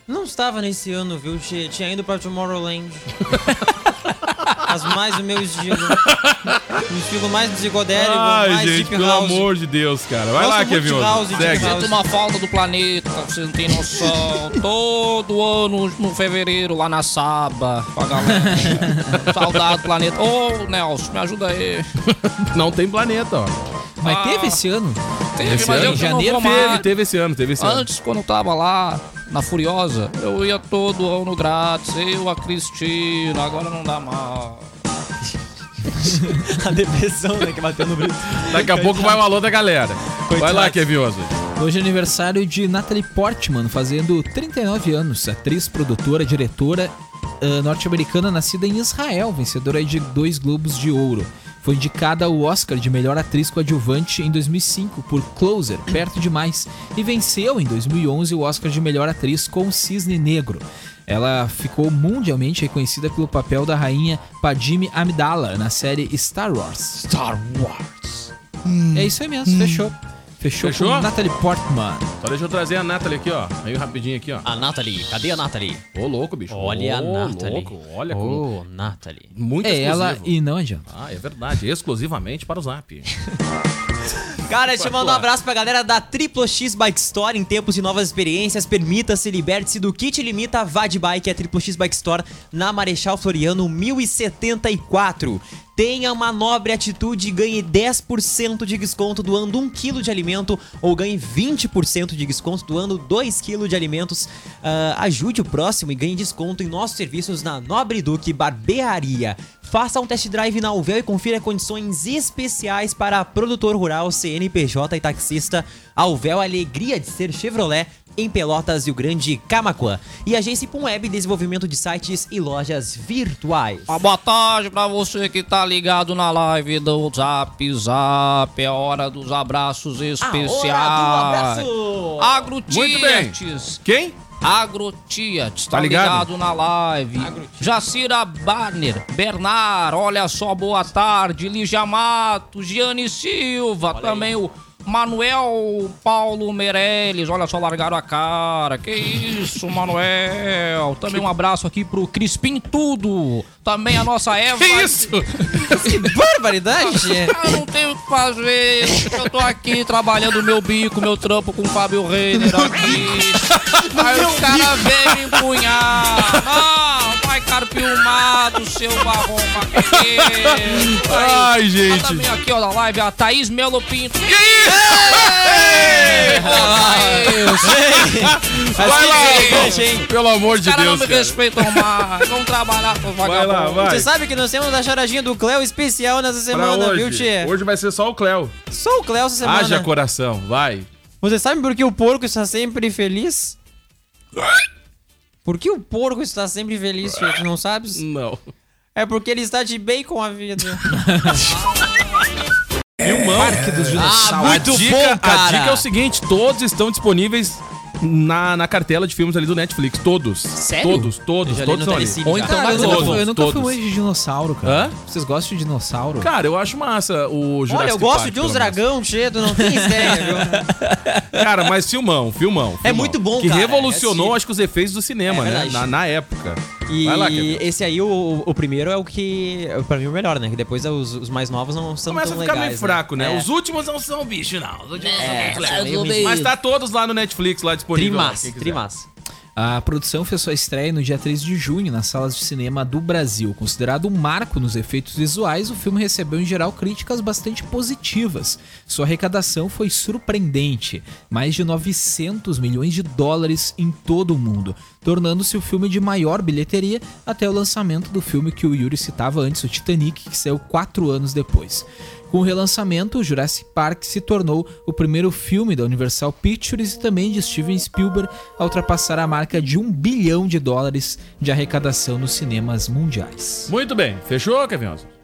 I: Não estava nesse ano, viu? Tinha tinha ido pra Tomorrowland. Mas mais o meu estilo. Um estilo mais psicodélico, mais deep house.
D: de Deus, cara.
I: Gosto muito de house, deep
D: Segue.
I: house.
G: Sinto uma falta do planeta, você não tem noção. Todo ano, no fevereiro, lá na Saba, com a galera. Saudade do planeta. Ô, Nelson, me ajuda aí.
D: Não tem planeta, ó.
E: Mas
G: Ah.
E: teve esse ano?
G: Teve,
D: Esse
G: mas
D: ano?
G: eu que não
E: Janeiro
G: vou
D: Teve,
G: mais.
D: teve esse ano, teve esse ano.
G: Antes, quando eu tava lá, na Furiosa, eu ia todo ano grátis, eu, a Cristina, agora não dá mais.
I: A depressão, né, que bateu no Brito.
D: Daqui a pouco vai o alô da galera. Vai lá, Kevin Oswald.
E: Hoje é aniversário de Natalie Portman, fazendo 39 anos, atriz, produtora, diretora ah, norte-americana nascida em Israel, vencedora de dois Globos de Ouro. Foi indicada ao Oscar de melhor atriz coadjuvante em 2005 por Closer, Perto Demais, e venceu em 2011 o Oscar de melhor atriz com Cisne Negro. Ela ficou mundialmente reconhecida pelo papel da rainha Padme Amidala na série Star Wars.
G: Star Wars.
E: É isso aí mesmo, fechou. Fechou,
D: Fechou?
E: com Natalie Portman.
D: Só deixa eu trazer a Nathalie aqui, ó. Meio rapidinho aqui, ó.
I: A Nathalie, cadê a Nathalie?
D: Ô, louco, bicho. Ô,
I: Olha a Nathalie.
D: louco, olha como...
I: Ô, Nathalie.
D: Muito
E: É ela
D: exclusivo.
E: e não adianta.
D: Ah, é verdade. Exclusivamente para o Zap.
I: Cara, deixa eu mandar um
D: Claro.
I: abraço pra galera da Triplo X Bike Store em tempos de novas experiências. Permita-se, liberte-se do kit limita, vá de bike. É a Triplo X Bike Store na Marechal Floriano 1074. Tenha uma nobre atitude e ganhe 10% de desconto doando 1 kg de alimento ou ganhe 20% de desconto doando 2 kg de alimentos. Ah, ajude o próximo e ganhe desconto em nossos serviços na Nobre Duque Barbearia. Faça um test drive na Uvel e confira condições especiais para produtor rural, CNPJ e taxista. A Uvel, a alegria de ser Chevrolet em Pelotas e o Grande Camacuã. E agência Ipum Web, desenvolvimento de sites e lojas virtuais.
G: Uma boa tarde pra você que tá ligado na live do Zap Zap. É hora dos abraços especiais.
I: hora do abraço.
D: Muito bem.
G: Agrotiates.
D: Quem?
G: Agrotia, está
D: Tá ligado?
G: ligado? na live. Jacira Banner, Bernard, olha só, boa tarde. Lígia Mato, Giane Silva, também o Manuel Paulo Meirelles, olha só, largaram a cara. Que isso, Manuel. Também um abraço aqui pro Crispim Tudo. Também a nossa Eva.
D: Que é isso?
I: Que barbaridade!
G: Eu Ah, não tenho o que fazer. Eu tô aqui trabalhando meu bico, meu trampo com o Fábio Reiner aqui. Aí os caras vêm me empunhar. Não, vai carpilmado, seu marrom maqueteiro.
D: Ai,
G: Aí,
D: gente.
G: tá Também aqui, ó, na live, a Thaís Melo Pinto. tá
D: Que isso? Vai
I: gente.
D: lá, Pelo amor de
G: Os caras não
D: Deus,
G: me
D: cara.
G: respeitam mais. Vamos trabalhar com os
D: Vai
G: vagabundos.
D: lá, vai.
I: Você sabe que nós temos a charadinha do Cléo especial nessa
D: Pra
I: semana, viu,
D: hoje.
I: Tchê?
D: Hoje vai ser só o Cléo.
I: Só o Cléo essa semana.
D: Haja coração, vai.
I: Você sabe por que o porco está sempre feliz? Por que o porco está sempre feliz, Tchê? Tu não sabes?
D: Não.
I: É porque ele está de bem com a vida.
D: Filmão.
E: Parque dos Dinossauros.
D: a dica,
I: bom,
D: A
I: cara.
D: dica é o seguinte, todos estão disponíveis na, na cartela de filmes ali do Netflix. Todos.
G: Sério?
D: Todos, todos,
I: Eu já li
D: todos
I: no
D: estão ali.
I: Telecine,
D: Ou
I: já.
D: então
E: Cara,
D: na
E: eu
D: Globo.
E: nunca, fui- eu nunca fui
D: todos.
E: muito de dinossauro, cara.
D: Hã?
E: Vocês gostam de dinossauro?
D: Cara, eu acho massa o Jurassic
I: Olha, eu gosto
D: Park,
I: de
D: pelo
I: uns
D: menos.
I: dragão, Tchê, tu não tem ideia, viu?
D: Cara, mas filmão, filmão. filmão.
I: muito bom,
D: que
I: cara.
D: revolucionou,
I: É assim.
D: acho que, os efeitos do cinema,
I: É
D: né?
I: verdade.
D: Na, na época.
I: E
D: Vai lá, Kevin.
I: esse aí, o, o primeiro é o que, pra mim, o melhor, né? Que depois os, os mais novos não são
D: Começa a
I: tão
D: ficar
I: legais.
D: meio fraco, né?
I: É.
D: Os últimos não são bicho, não. Os últimos não são
I: são meio
D: bicho. Mas tá todos lá no Netflix, lá
I: né?
D: disponível.
I: Trimassa,
D: Quem quiser.
I: trimassa.
E: A produção fez sua estreia no dia 3 de junho nas salas de cinema do Brasil. Considerado um marco nos efeitos visuais, o filme recebeu em geral críticas bastante positivas. Sua arrecadação foi surpreendente, mais de 900 milhões de dólares em todo o mundo, tornando-se o filme de maior bilheteria até o lançamento do filme que o Yuri citava antes, o Titanic, que saiu quatro anos depois. Com o relançamento, Jurassic Park se tornou o primeiro filme da Universal Pictures e também de Steven Spielberg a ultrapassar a marca de um bilhão de dólares de arrecadação nos cinemas mundiais.
D: Muito bem. Fechou, Kevin Oswald?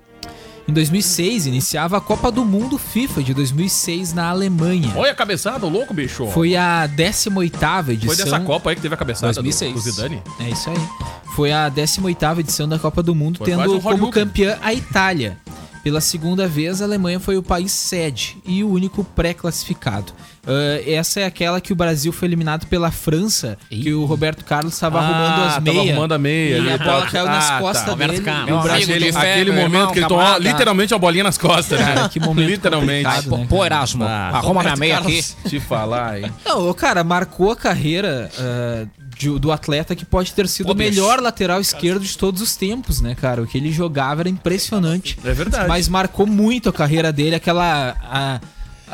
E: Em 2006, iniciava a Copa do Mundo FIFA de 2006 na Alemanha.
D: Olha a cabeçada, o louco, bicho.
E: Foi a 18ª edição.
D: Foi dessa Copa aí que teve a cabeçada do-
E: 2006.
D: do Zidane.
E: É isso aí. Foi a 18ª edição da Copa do Mundo,
D: Foi quase
E: tendo
D: um Hollywood.
E: como campeã a Itália. Pela segunda vez, a Alemanha foi o país sede e o único pré-classificado. Ah, essa é aquela que o Brasil foi eliminado pela França, que o Roberto Carlos estava
D: Ah,
E: arrumando as
D: tava
E: meias.
D: arrumando a meia,
E: E
D: ele
E: a bola
D: tá-
E: caiu nas
D: Ah, tá.
E: costas
I: Roberto
E: dele.
I: Carlos.
E: e o
G: Meu
E: Brasil-
G: amigo
D: Aquele,
G: de ferro,
D: aquele
G: irmão,
D: momento que ele tomou
G: camarada. Tá,
D: literalmente a bolinha nas costas, né?
E: Cara, que momento
D: literalmente.
E: complicado, né,
G: Pô, Erasmo,
D: Ah,
G: arruma minha meia aqui.
I: Carlos.
D: Te falar, hein?
E: Não, o cara marcou a carreira ah, de- do atleta que pode ter sido
D: Pô,
E: o melhor lateral esquerdo de todos os tempos, né, cara? O que ele jogava era impressionante.
D: É verdade.
E: Mas marcou muito a carreira dele, aquela. a-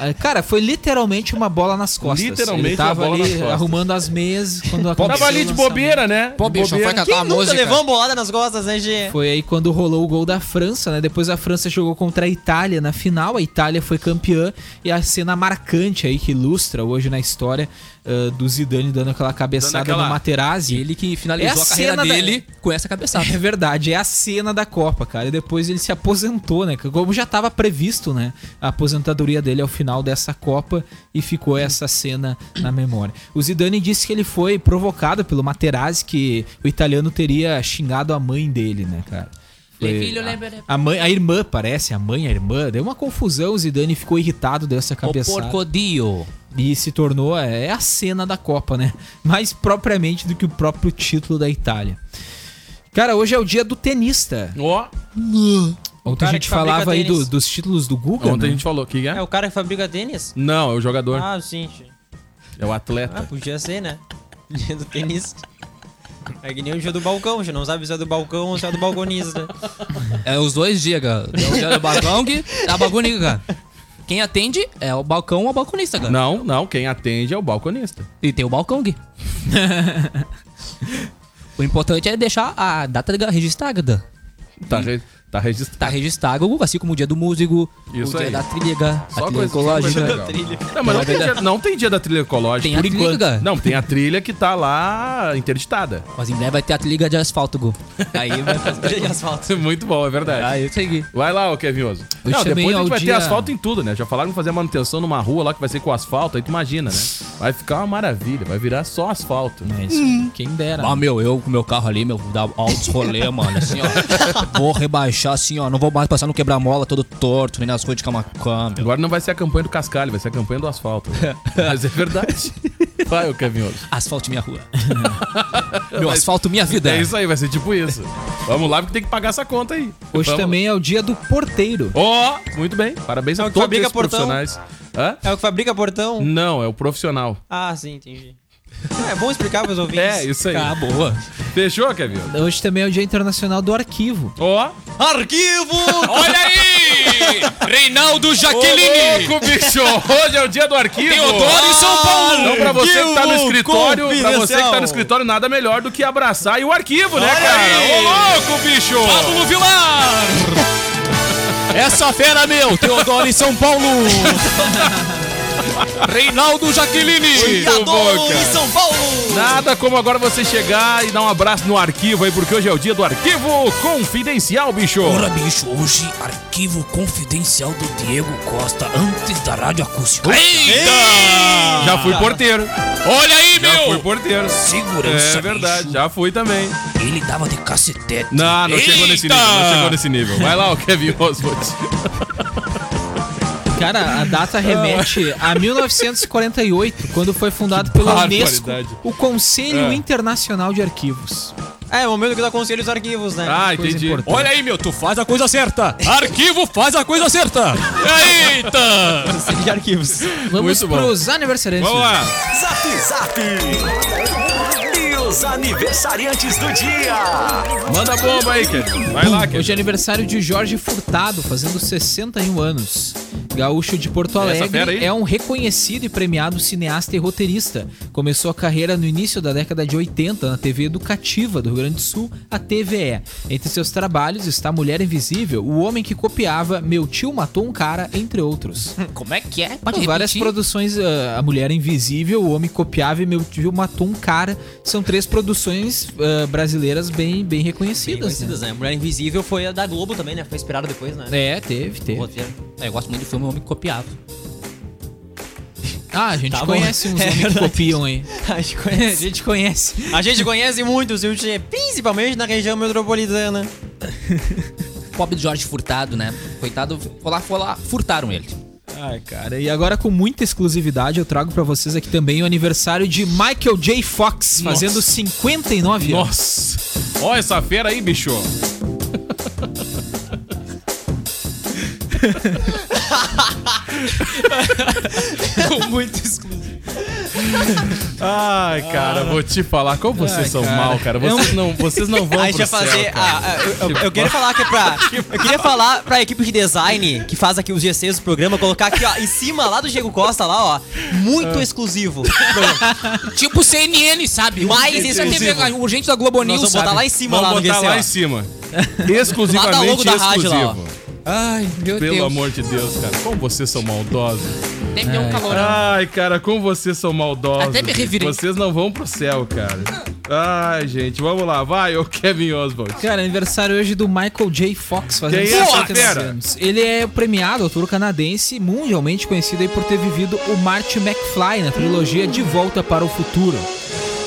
E: a- cara, foi literalmente uma bola nas costas.
D: Literalmente
E: Ele tava
D: uma bola nas
E: ali
D: costas.
E: arrumando as meias quando aconteceu.
D: Tava ali
E: o
D: de
E: lançamento.
D: bobeira, né?
G: Pô,
D: De
G: bicho,
D: bobeira.
G: foi cantar uma
I: Nunca
G: música.
I: levou uma bolada nas costas, né, Gê?
E: Foi aí quando rolou o gol da França, né? Depois a França jogou contra a Itália na final, a Itália foi campeã e a cena marcante aí que ilustra hoje na história ah, do Zidane dando aquela cabeçada
D: Dando aquela-
E: no Materazzi.
G: Ele que finalizou
E: É a
G: a, carreira
E: cena da-
G: dele com essa cabeçada.
E: É verdade, é a cena da Copa, cara. E depois ele se aposentou, né? Como já estava previsto, né? A aposentadoria dele ao final dessa Copa e ficou essa cena na memória. O Zidane disse que ele foi provocado pelo Materazzi, que o italiano teria xingado a mãe dele, né, cara? Foi
G: Filho,
E: a-
G: lembra-
E: a, mãe, a irmã, parece, a mãe, a irmã. Deu uma confusão, o Zidane ficou irritado dessa
G: O
E: cabeçada.
G: porcodio.
E: E se tornou é a cena da Copa, né? Mais propriamente do que o próprio título da Itália. Cara, hoje é o dia do tenista.
D: Ó,
E: Ontem
I: cara
E: a gente
I: que fabrica
E: falava aí do-
I: tênis.
E: dos títulos do Guga,
D: ontem a
E: né?
D: gente falou. que
I: É
D: é?
I: o cara que fabrica tênis?
D: Não, é o jogador.
I: Ah, sim. Gê.
D: É o
I: Ah,
D: atleta.
I: podia ser, né? Dia do tênis. É que nem o dia do balcão, já não sabe se é do balcão ou se é do balconista.
G: É os dois dias, cara. É o dia do balcão e da balcônica. Quem atende é o balcão ou a balconista, cara.
D: Não, não. Quem atende é o balconista.
G: E tem o balcão, Gui. o importante é deixar a data liga- registrada.
D: Tá, re- tá registrado.
G: Tá registrado, assim como o dia do músico,
D: Isso
G: o dia
D: aí.
G: da trilha, a trilha
D: coisa- coisa
G: ecológica.
D: legal. Não, mas não tem, dia, não tem dia da trilha ecológica.
G: Tem a
D: por
G: trilha,
D: enquanto.
G: cara.
D: Não, tem a trilha que tá lá interditada.
G: Mas em breve vai ter a trilha de asfalto, Gu. Aí vai fazer.
I: De asfalto.
D: Muito bom, é verdade.
G: Aí eu segui.
D: Vai lá, ô Kevin Oso.
E: Eu
D: Não,
E: chamei
D: depois a gente
E: ao
D: vai ter
E: dia-
D: asfalto em tudo, né? Já falaram que fazer manutenção numa rua lá que vai ser com asfalto, aí tu imagina, né? Vai ficar uma maravilha, vai virar só asfalto.
E: É isso aí. Quem dera.
G: Ah, meu, eu com meu carro ali, meu, dá altos rolê, mano, assim, ó. Vou rebaixar, assim, ó, não vou mais passar no quebra-mola todo torto, nem nas ruas de Camacan, meu.
D: Agora não vai ser a campanha do cascalho, vai ser a campanha do asfalto. né? Mas é verdade. Vai, ô Kevin Oso.
G: Asfalto minha rua. meu, asfalto minha vida.
D: É isso aí, vai ser tipo isso. Vamos lá, porque tem que pagar essa conta aí.
E: Hoje
D: Vamos.
E: também é o dia do porteiro.
D: Ó, muito bem. Parabéns
I: É
D: a
I: o que
D: todos
I: fabrica
D: os
I: portão.
D: profissionais. Hã?
I: É o que fabrica portão?
D: Não, é o profissional.
I: Ah, sim, entendi. Ah, é bom explicar pros ouvintes.
D: É, isso aí.
G: Ah, boa.
D: Fechou, Kevin? Oso?
E: Hoje também é o dia internacional do arquivo.
D: Ó.
I: Arquivo!
G: Olha aí! Reinaldo Jaqueline!
D: Ô, louco, bicho! Hoje é o dia do arquivo!
G: Teodoro em São Paulo!
D: Então, pra você que tá no escritório, pra você que tá
I: confidencial.
D: no escritório, nada melhor do que abraçar e o arquivo, né, cara? Ô, louco, bicho!
G: Pablo Vilar! Essa fera, meu! Teodoro em São Paulo! Reinaldo Jaqueline!
D: Muito bom, cara.
I: São Paulo!
D: Nada como agora você chegar e dar um abraço no arquivo aí, porque hoje é o dia do arquivo confidencial, bicho!
K: Ora, bicho, hoje arquivo confidencial do Diego Costa antes da rádio acústica.
G: Eita!
D: Já fui porteiro,
G: Olha aí,
D: já fui
G: meu!
D: porteiro.
K: Segurança,
D: É verdade,
K: bicho.
D: já fui também.
K: Ele dava de cacetete.
D: Não, não chegou nesse
G: Eita!
D: nível, não chegou nesse nível. Vai lá, o Kevin Oswald.
E: Cara, a data remete a 1948, quando foi fundado pelo Unesco
D: barbaridade.
E: o Conselho
D: É.
E: Internacional de Arquivos.
I: É, é o momento que eu aconselho os arquivos, né?
D: Ah,
E: Coisa
D: entendi.
E: importante.
G: Olha aí, meu, tu faz a coisa certa! Arquivo faz a coisa certa! Eita!
I: Conselho de arquivos.
E: Vamos
D: Muito bom.
E: pros aniversariantes.
D: Vamos
E: do
D: lá.
J: Zap Zap. E os aniversariantes do dia.
D: Manda bomba aí, Kevin. Vai lá,
E: Hoje
D: Kevin.
E: é aniversário de Jorge Furtado, fazendo 61 anos. Gaúcho de Porto
D: Essa fera
E: Alegre
D: aí?
E: é um reconhecido e premiado cineasta e roteirista. Começou a carreira no início da década de 80 na TV Educativa do Rio Grande do Sul, a TVE. Entre seus trabalhos está Mulher Invisível, O Homem que Copiava, Meu Tio Matou um Cara, entre outros.
G: Como é que é?
E: Então, várias
G: repetir?
E: produções, ah, A Mulher Invisível, O Homem Copiável e Meu Tio Matou um Cara, são três produções ah, brasileiras bem, bem
I: Bem
E: reconhecidas.
I: conhecidas,
E: né?
I: né? Mulher Invisível foi a da Globo também, né? Foi inspirada depois, né?
E: É, teve,
I: O
E: teve.
I: roteiro.
G: É, eu gosto muito do filme Homem que Copiava.
E: Ah, a gente
I: Tá bom.
E: conhece uns
I: É
E: homens que
I: verdade.
E: copiam aí.
I: A gente
E: a
I: conhece.
E: gente conhece.
I: A gente conhece muitos, viu, Tchê? principalmente na região metropolitana.
G: Pobre do Jorge Furtado, né? Coitado, foi lá, foi lá, furtaram ele.
E: Ai, cara, e agora com muita exclusividade eu trago pra vocês aqui também o aniversário de Michael J. Fox, fazendo 59 anos.
D: Nossa! Ó essa fera aí, bicho!
I: Muito exclusivo.
D: Ai, cara, vou te falar. Como vocês são mal, cara.
I: É
D: Vocês não, vocês não vão
I: A gente
D: pro
I: um vai fazer.
D: céu, cara. Tipo,
I: ah, ah, eu, eu- eu queria falar que é pra. Eu queria falar pra equipe de design que faz aqui os GCs do programa, colocar aqui, ó, em cima lá do Diego Costa, lá, ó.
D: Ah.
I: Muito exclusivo.
G: Tipo CNN, sabe?
I: Mais
G: Urgente da
I: exclusivo.
G: TV, urgente da Globo
I: Nós
G: News,
I: vamos
G: sabe?
I: botar lá em cima, lá
D: Vamos
I: no
D: botar
I: GC.
D: lá
I: ó.
D: em cima. Exclusivamente
I: logo da rádio
D: exclusivo.
I: lá, ó.
G: Ai, meu
D: Pelo
G: Deus.
D: amor de Deus, cara. Como vocês são maldosos.
G: Até me deu
K: É.
G: um calorão.
D: Ai, cara, como vocês são maldosos.
G: Até me revirei.
D: Vocês não vão pro céu, cara. Ai, gente, vamos lá. Vai, ô Kevin Oswald.
E: Cara, aniversário hoje do Michael J. Fox, fazendo
D: Quem é essa
E: 59
D: fera?
E: anos. Ele é premiado, autor canadense, mundialmente conhecido aí por ter vivido o Marty McFly na trilogia De Volta para o Futuro.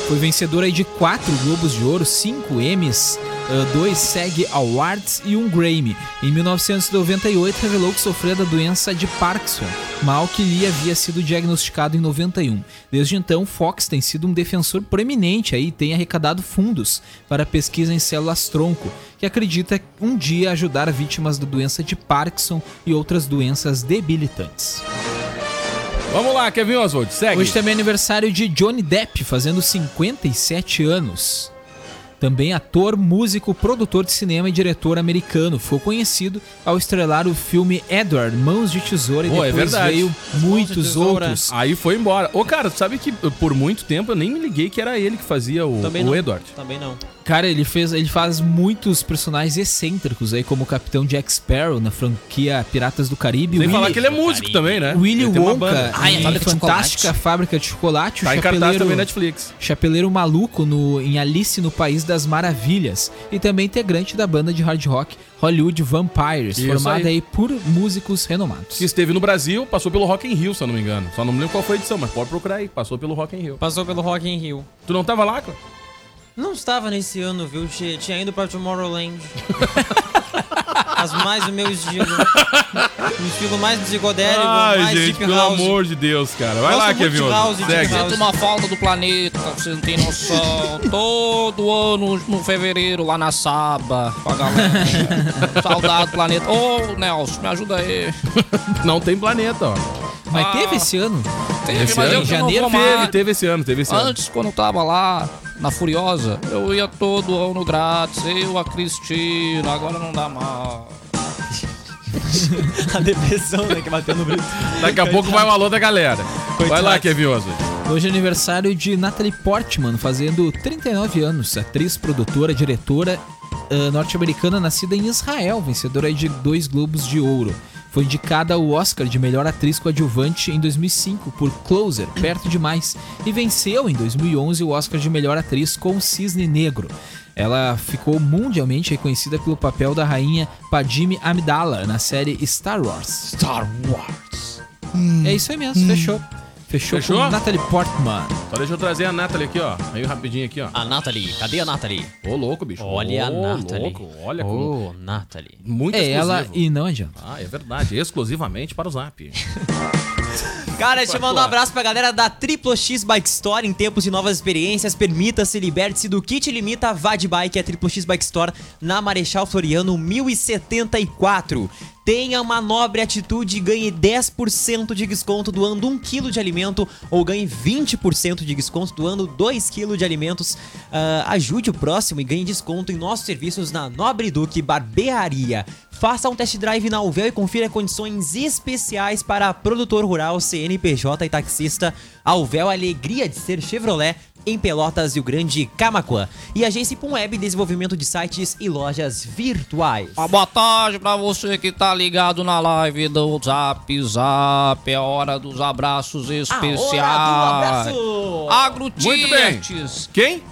E: Foi vencedor aí de quatro Globos de Ouro, cinco Emmys, ah, dois SAG Awards e um Grammy. Em 1998, revelou que sofria da doença de Parkinson, mal que lhe havia sido diagnosticado em 91. Desde então, Fox tem sido um defensor proeminente aí e tem arrecadado fundos para pesquisa em células-tronco, que acredita um dia ajudar vítimas da doença de Parkinson e outras doenças debilitantes.
D: Vamos lá, Kevin Oswald. Segue.
E: Hoje também é aniversário de Johnny Depp, fazendo 57 anos. Também ator, músico, produtor de cinema e diretor americano. Foi conhecido ao estrelar o filme Edward, Mãos de Tesoura,
D: Pô,
E: e
D: é
E: depois
D: verdade.
E: veio muitos
I: Tesoura.
E: outros.
D: Aí foi embora. Ô, cara, tu sabe que por muito tempo eu nem me liguei que era ele que fazia o,
I: Também
D: o
I: não.
D: Edward.
I: Também não.
E: Cara, ele, fez, ele faz muitos personagens excêntricos, aí como o Capitão Jack Sparrow na franquia Piratas do Caribe.
D: Sem
E: Willy-
D: falar que ele é músico também, né?
E: Willy
D: Ele tem uma
E: Wonka,
D: banda.
G: Ai, a
E: em
G: Fábrica de
E: Fantástica
G: Chocolate.
E: Fábrica de Chocolate. o
D: Tá em cartaz
E: Chapeleiro-
D: também na Netflix.
E: Chapeleiro Maluco no, em Alice no País das Maravilhas e também integrante da banda de hard rock Hollywood Vampires,
D: Isso
E: formada
D: aí.
E: aí. por músicos renomados.
D: Que esteve no Brasil, passou pelo Rock in Rio, se eu não me engano. Só não me lembro qual foi a edição, mas pode procurar aí. Passou pelo Rock in Rio.
I: Passou pelo Rock in Rio.
D: Tu não tava lá, cara?
I: Não estava nesse ano, viu? Tinha, tinha ido pra Tomorrowland. As mais do meu estilo. Um estilo mais psicodélico, mais deep
D: pelo
I: house.
D: amor de Deus, cara. Vai
I: Gosto
D: lá,
I: muito
D: Kevin.
I: de
D: Oswald.
I: house, de
D: Segue.
I: house.
G: Sinto uma falta do planeta, você não tem noção. Todo ano, no fevereiro, lá na Saba, com a galera. Saudade do planeta. Ô, Nelson, me ajuda aí.
D: Não tem planeta, ó.
E: Mas
G: Ah.
E: teve esse ano?
G: Teve,
D: Esse
G: mas
D: ano?
G: eu que não
E: Janeiro
G: vou
D: Teve,
G: mais.
D: teve esse ano, teve esse ano.
G: Antes, quando eu tava lá, na Furiosa, eu ia todo ano grátis, eu, a Cristina, agora não dá mais.
I: A depressão, né, que bateu no Brasil.
D: Daqui a pouco vai o alô da galera. Vai lá, Kevin. Oswald.
E: Hoje é aniversário de Natalie Portman, fazendo 39 anos, atriz, produtora, diretora ah, norte-americana nascida em Israel, vencedora aí de dois Globos de Ouro. Foi indicada ao Oscar de melhor atriz coadjuvante em 2005 por Closer, Perto Demais, e venceu em 2011 o Oscar de melhor atriz com Cisne Negro. Ela ficou mundialmente reconhecida pelo papel da rainha Padme Amidala na série Star Wars.
G: Star Wars.
E: É isso aí mesmo, fechou. Fechou,
D: Fechou?
E: com Natalie Portman.
D: Só deixa eu trazer a Nathalie aqui, ó. Aí rapidinho aqui, ó.
I: A Nathalie, cadê a Nathalie?
D: Ô, louco, bicho.
I: Olha a
D: Ô,
I: Nathalie.
D: louco, Olha como...
I: Ô, Nathalie.
D: Muito
E: É ela
D: exclusivo.
E: e não adianta.
D: Ah, é verdade. Exclusivamente para o Zap.
I: Cara, deixa eu mandar um abraço pra galera da Triplo X Bike Store em tempos de novas experiências. Permita-se, liberte-se do kit limita, vá de bike é a Triplo X Bike Store na Marechal Floriano 1074. Tenha uma nobre atitude e ganhe 10% de desconto doando 1 kg de alimento ou ganhe 20% de desconto doando 2 kg de alimentos. Ah, ajude o próximo e ganhe desconto em nossos serviços na Nobre Duque Barbearia. Faça um test drive na Uvel e confira condições especiais para produtor rural, CNPJ e taxista. A Uvel Alegria de Ser Chevrolet em Pelotas e o Grande Camacuã. E agência Ipum Web Desenvolvimento de Sites e Lojas Virtuais.
G: Uma boa tarde pra você que tá ligado na live do Zap Zap. É hora dos abraços
D: Ah,
G: especiais.
I: abraço!
D: Muito bem.
G: Agrotiates.
D: Quem?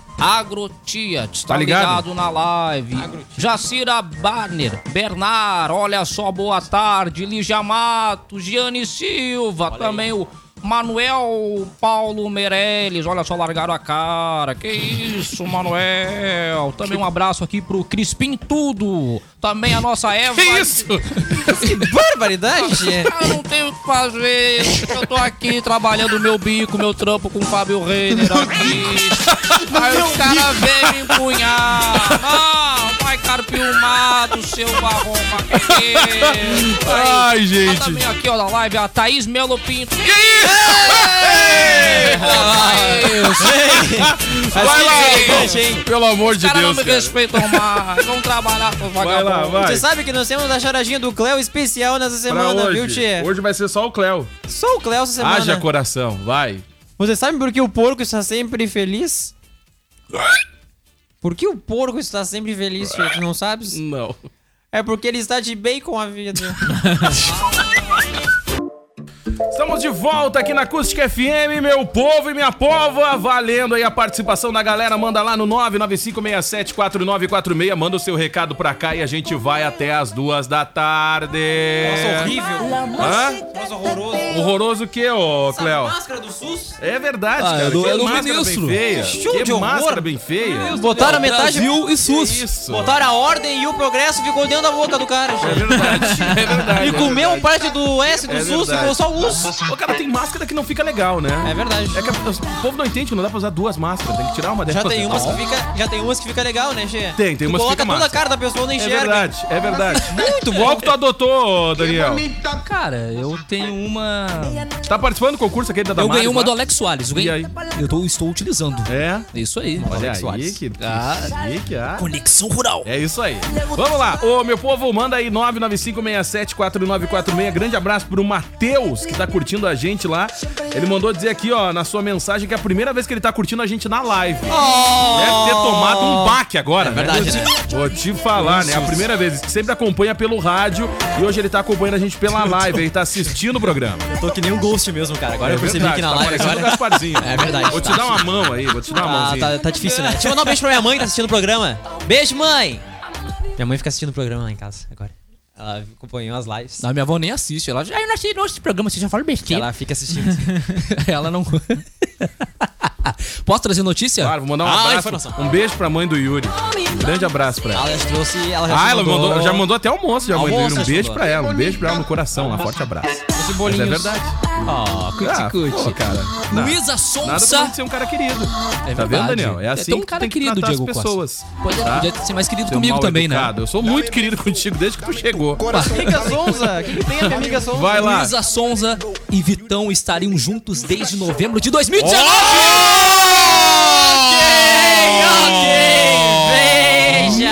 G: Agrotiates, tá,
D: Tá ligado?
G: ligado? na live. Jacira Barner, Bernard, olha só, boa tarde. Lígia Matos, Giane Silva, também o Manuel Paulo Meirelles, olha só, largaram a cara. Que isso, Manuel. Também um abraço aqui pro Crispim Tudo. Também a nossa Eva.
D: Que isso?
I: Que barbaridade!
G: Eu não tenho o que fazer. Eu tô aqui trabalhando meu bico, meu trampo com o Fábio Reiner aqui. Aí os caras vêm me empunhar. Não, vai carpilmado, seu barrom maqueteiro.
D: Ai,
G: Aí,
D: gente.
G: tá Também aqui, ó, na live, a Thaís Melo Pinto. Que Assim,
D: Vai lá,
I: gente.
D: Pelo amor de
G: Os caras não
D: Deus.
G: me
D: cara.
G: respeitam mais. Vamos trabalhar com
D: Vai lá,
G: vagabundo.
D: vai.
I: Você sabe que nós temos a charadinha do Cléo especial nessa
D: Pra
I: semana, viu,
D: hoje. Ah,
I: Tchê? Tá
D: hoje vai ser só o Cléo.
I: Só o Cléo essa semana.
D: Haja coração, vai.
I: Você sabe por que o porco está sempre feliz? Por que o porco está sempre feliz, Tchê? Tu não sabes?
D: Não.
I: É porque ele está de bem com a vida.
D: Estamos de volta aqui na Acústica FM, meu povo e minha pova. Valendo aí a participação da galera. Manda lá no 995674946. Manda o seu recado pra cá e a gente vai até as duas da tarde. Nossa,
I: Horrível.
D: Hã?
I: Nossa, horroroso.
D: Horroroso o que, ô, Cléo?
I: Máscara do SUS?
D: É verdade,
E: Ah,
D: cara.
E: é do-
D: que
E: é do
D: máscara
E: ministro.
D: bem feia.
I: Show
D: que
I: de horror.
D: máscara bem feia.
I: Botaram a metade.
E: Brasil e
D: Que
E: SUS.
D: isso?
I: Botaram a ordem e o progresso ficou dentro da boca do cara,
D: É
I: gente.
D: verdade, é verdade.
I: E
D: é
I: comeu
D: verdade.
I: parte do S do
D: É
I: SUS,
D: verdade.
I: ficou só o US.
D: Ô, cara, tem máscara que não fica legal, né?
I: É verdade.
D: É que o povo não entende que não dá pra usar duas máscaras, tem que tirar uma
I: Já
D: dessa.
I: tem, umas que fica, já tem umas que fica legal, né, Gê?
D: Tem, tem
I: tu
D: umas que
I: coloca
D: fica
I: toda
D: massa.
I: a cara da pessoa, não
D: É
I: enxerga.
D: verdade, é verdade. Muito bom. Qual que tu adotou, Daniel?
E: Cara, eu tenho uma.
D: Tá participando do concurso aquele da
E: Eu
D: Damares?
E: ganhei uma
D: lá?
E: do Alex Soares. Eu,
D: E
E: ganhei...
D: aí?
E: eu tô- estou utilizando.
D: É.
E: Isso aí.
D: Olha
E: Alex
D: aí,
E: Soares.
D: que, que
E: Ah.
D: chique, ah.
L: Conexão Rural.
D: É isso aí. Vamos lá. Ô, meu povo, manda aí 995674946. Grande abraço pro Matheus, que tá curtindo a gente lá. Ele mandou dizer aqui, ó, na sua mensagem que é a primeira vez que ele tá curtindo a gente na live. Deve ter tomado um baque agora, né?
I: Oh! verdade, né?
D: Vou te falar, né? É a primeira vez. Sempre acompanha pelo rádio e hoje ele tá acompanhando a gente pela live. Ele tá assistindo o programa.
I: Eu tô que nem um ghost mesmo, cara. Agora
D: É
I: eu percebi
D: verdade,
I: que na
D: tá
I: live
D: parecendo
I: agora.
D: o Gasparzinho.
I: É verdade,
D: Vou te
I: tá.
D: dar uma mão aí, vou te dar uma
I: Ah,
D: mãozinha.
I: tá, tá difícil, né? Deixa eu mandar um beijo pra minha mãe que tá assistindo o programa. Beijo, mãe! Minha mãe fica assistindo o programa lá em casa agora. Ela acompanhou as lives.
E: A minha avó nem assiste. Ela já. Ah, eu não achei não esse programa, você já fala besteira.
I: Ela fica assistindo.
E: Ela não. Posso trazer notícia?
D: Claro, vou mandar um
I: Ah,
D: abraço.
I: informação.
D: Um beijo pra mãe do Yuri. Grande abraço pra ela.
I: Ela já trouxe. Ela já
D: Ah, ela mandou, já mandou até almoço, já mandou.
I: Almoço,
D: Um beijo
I: mandou.
D: pra ela, um beijo pra ela no coração, um forte abraço. Mas é
I: bolinhos.
D: verdade.
I: Ó,
D: Ah, pô, cara. Não,
E: Luísa
D: nada pra
E: Sonsa.
D: ser um cara querido. tá vendo,
E: verdade.
D: Daniel? É
E: É
D: assim
E: tão
D: que
E: cara
D: tem que
E: querido,
D: tratar as
E: Diego Costa.
D: pessoas.
E: Podia,
D: Tá?
E: podia ser mais querido
D: Seu
E: comigo
D: mal
E: também, né?
D: educado. Eu sou muito querido contigo desde que tu chegou.
I: Amiga Sonza, o que, que tem a minha amiga Sonza?
D: Vai
E: né?
D: lá.
E: Luísa Sonza e Vitão estariam juntos desde novembro de 2019.
I: Beija!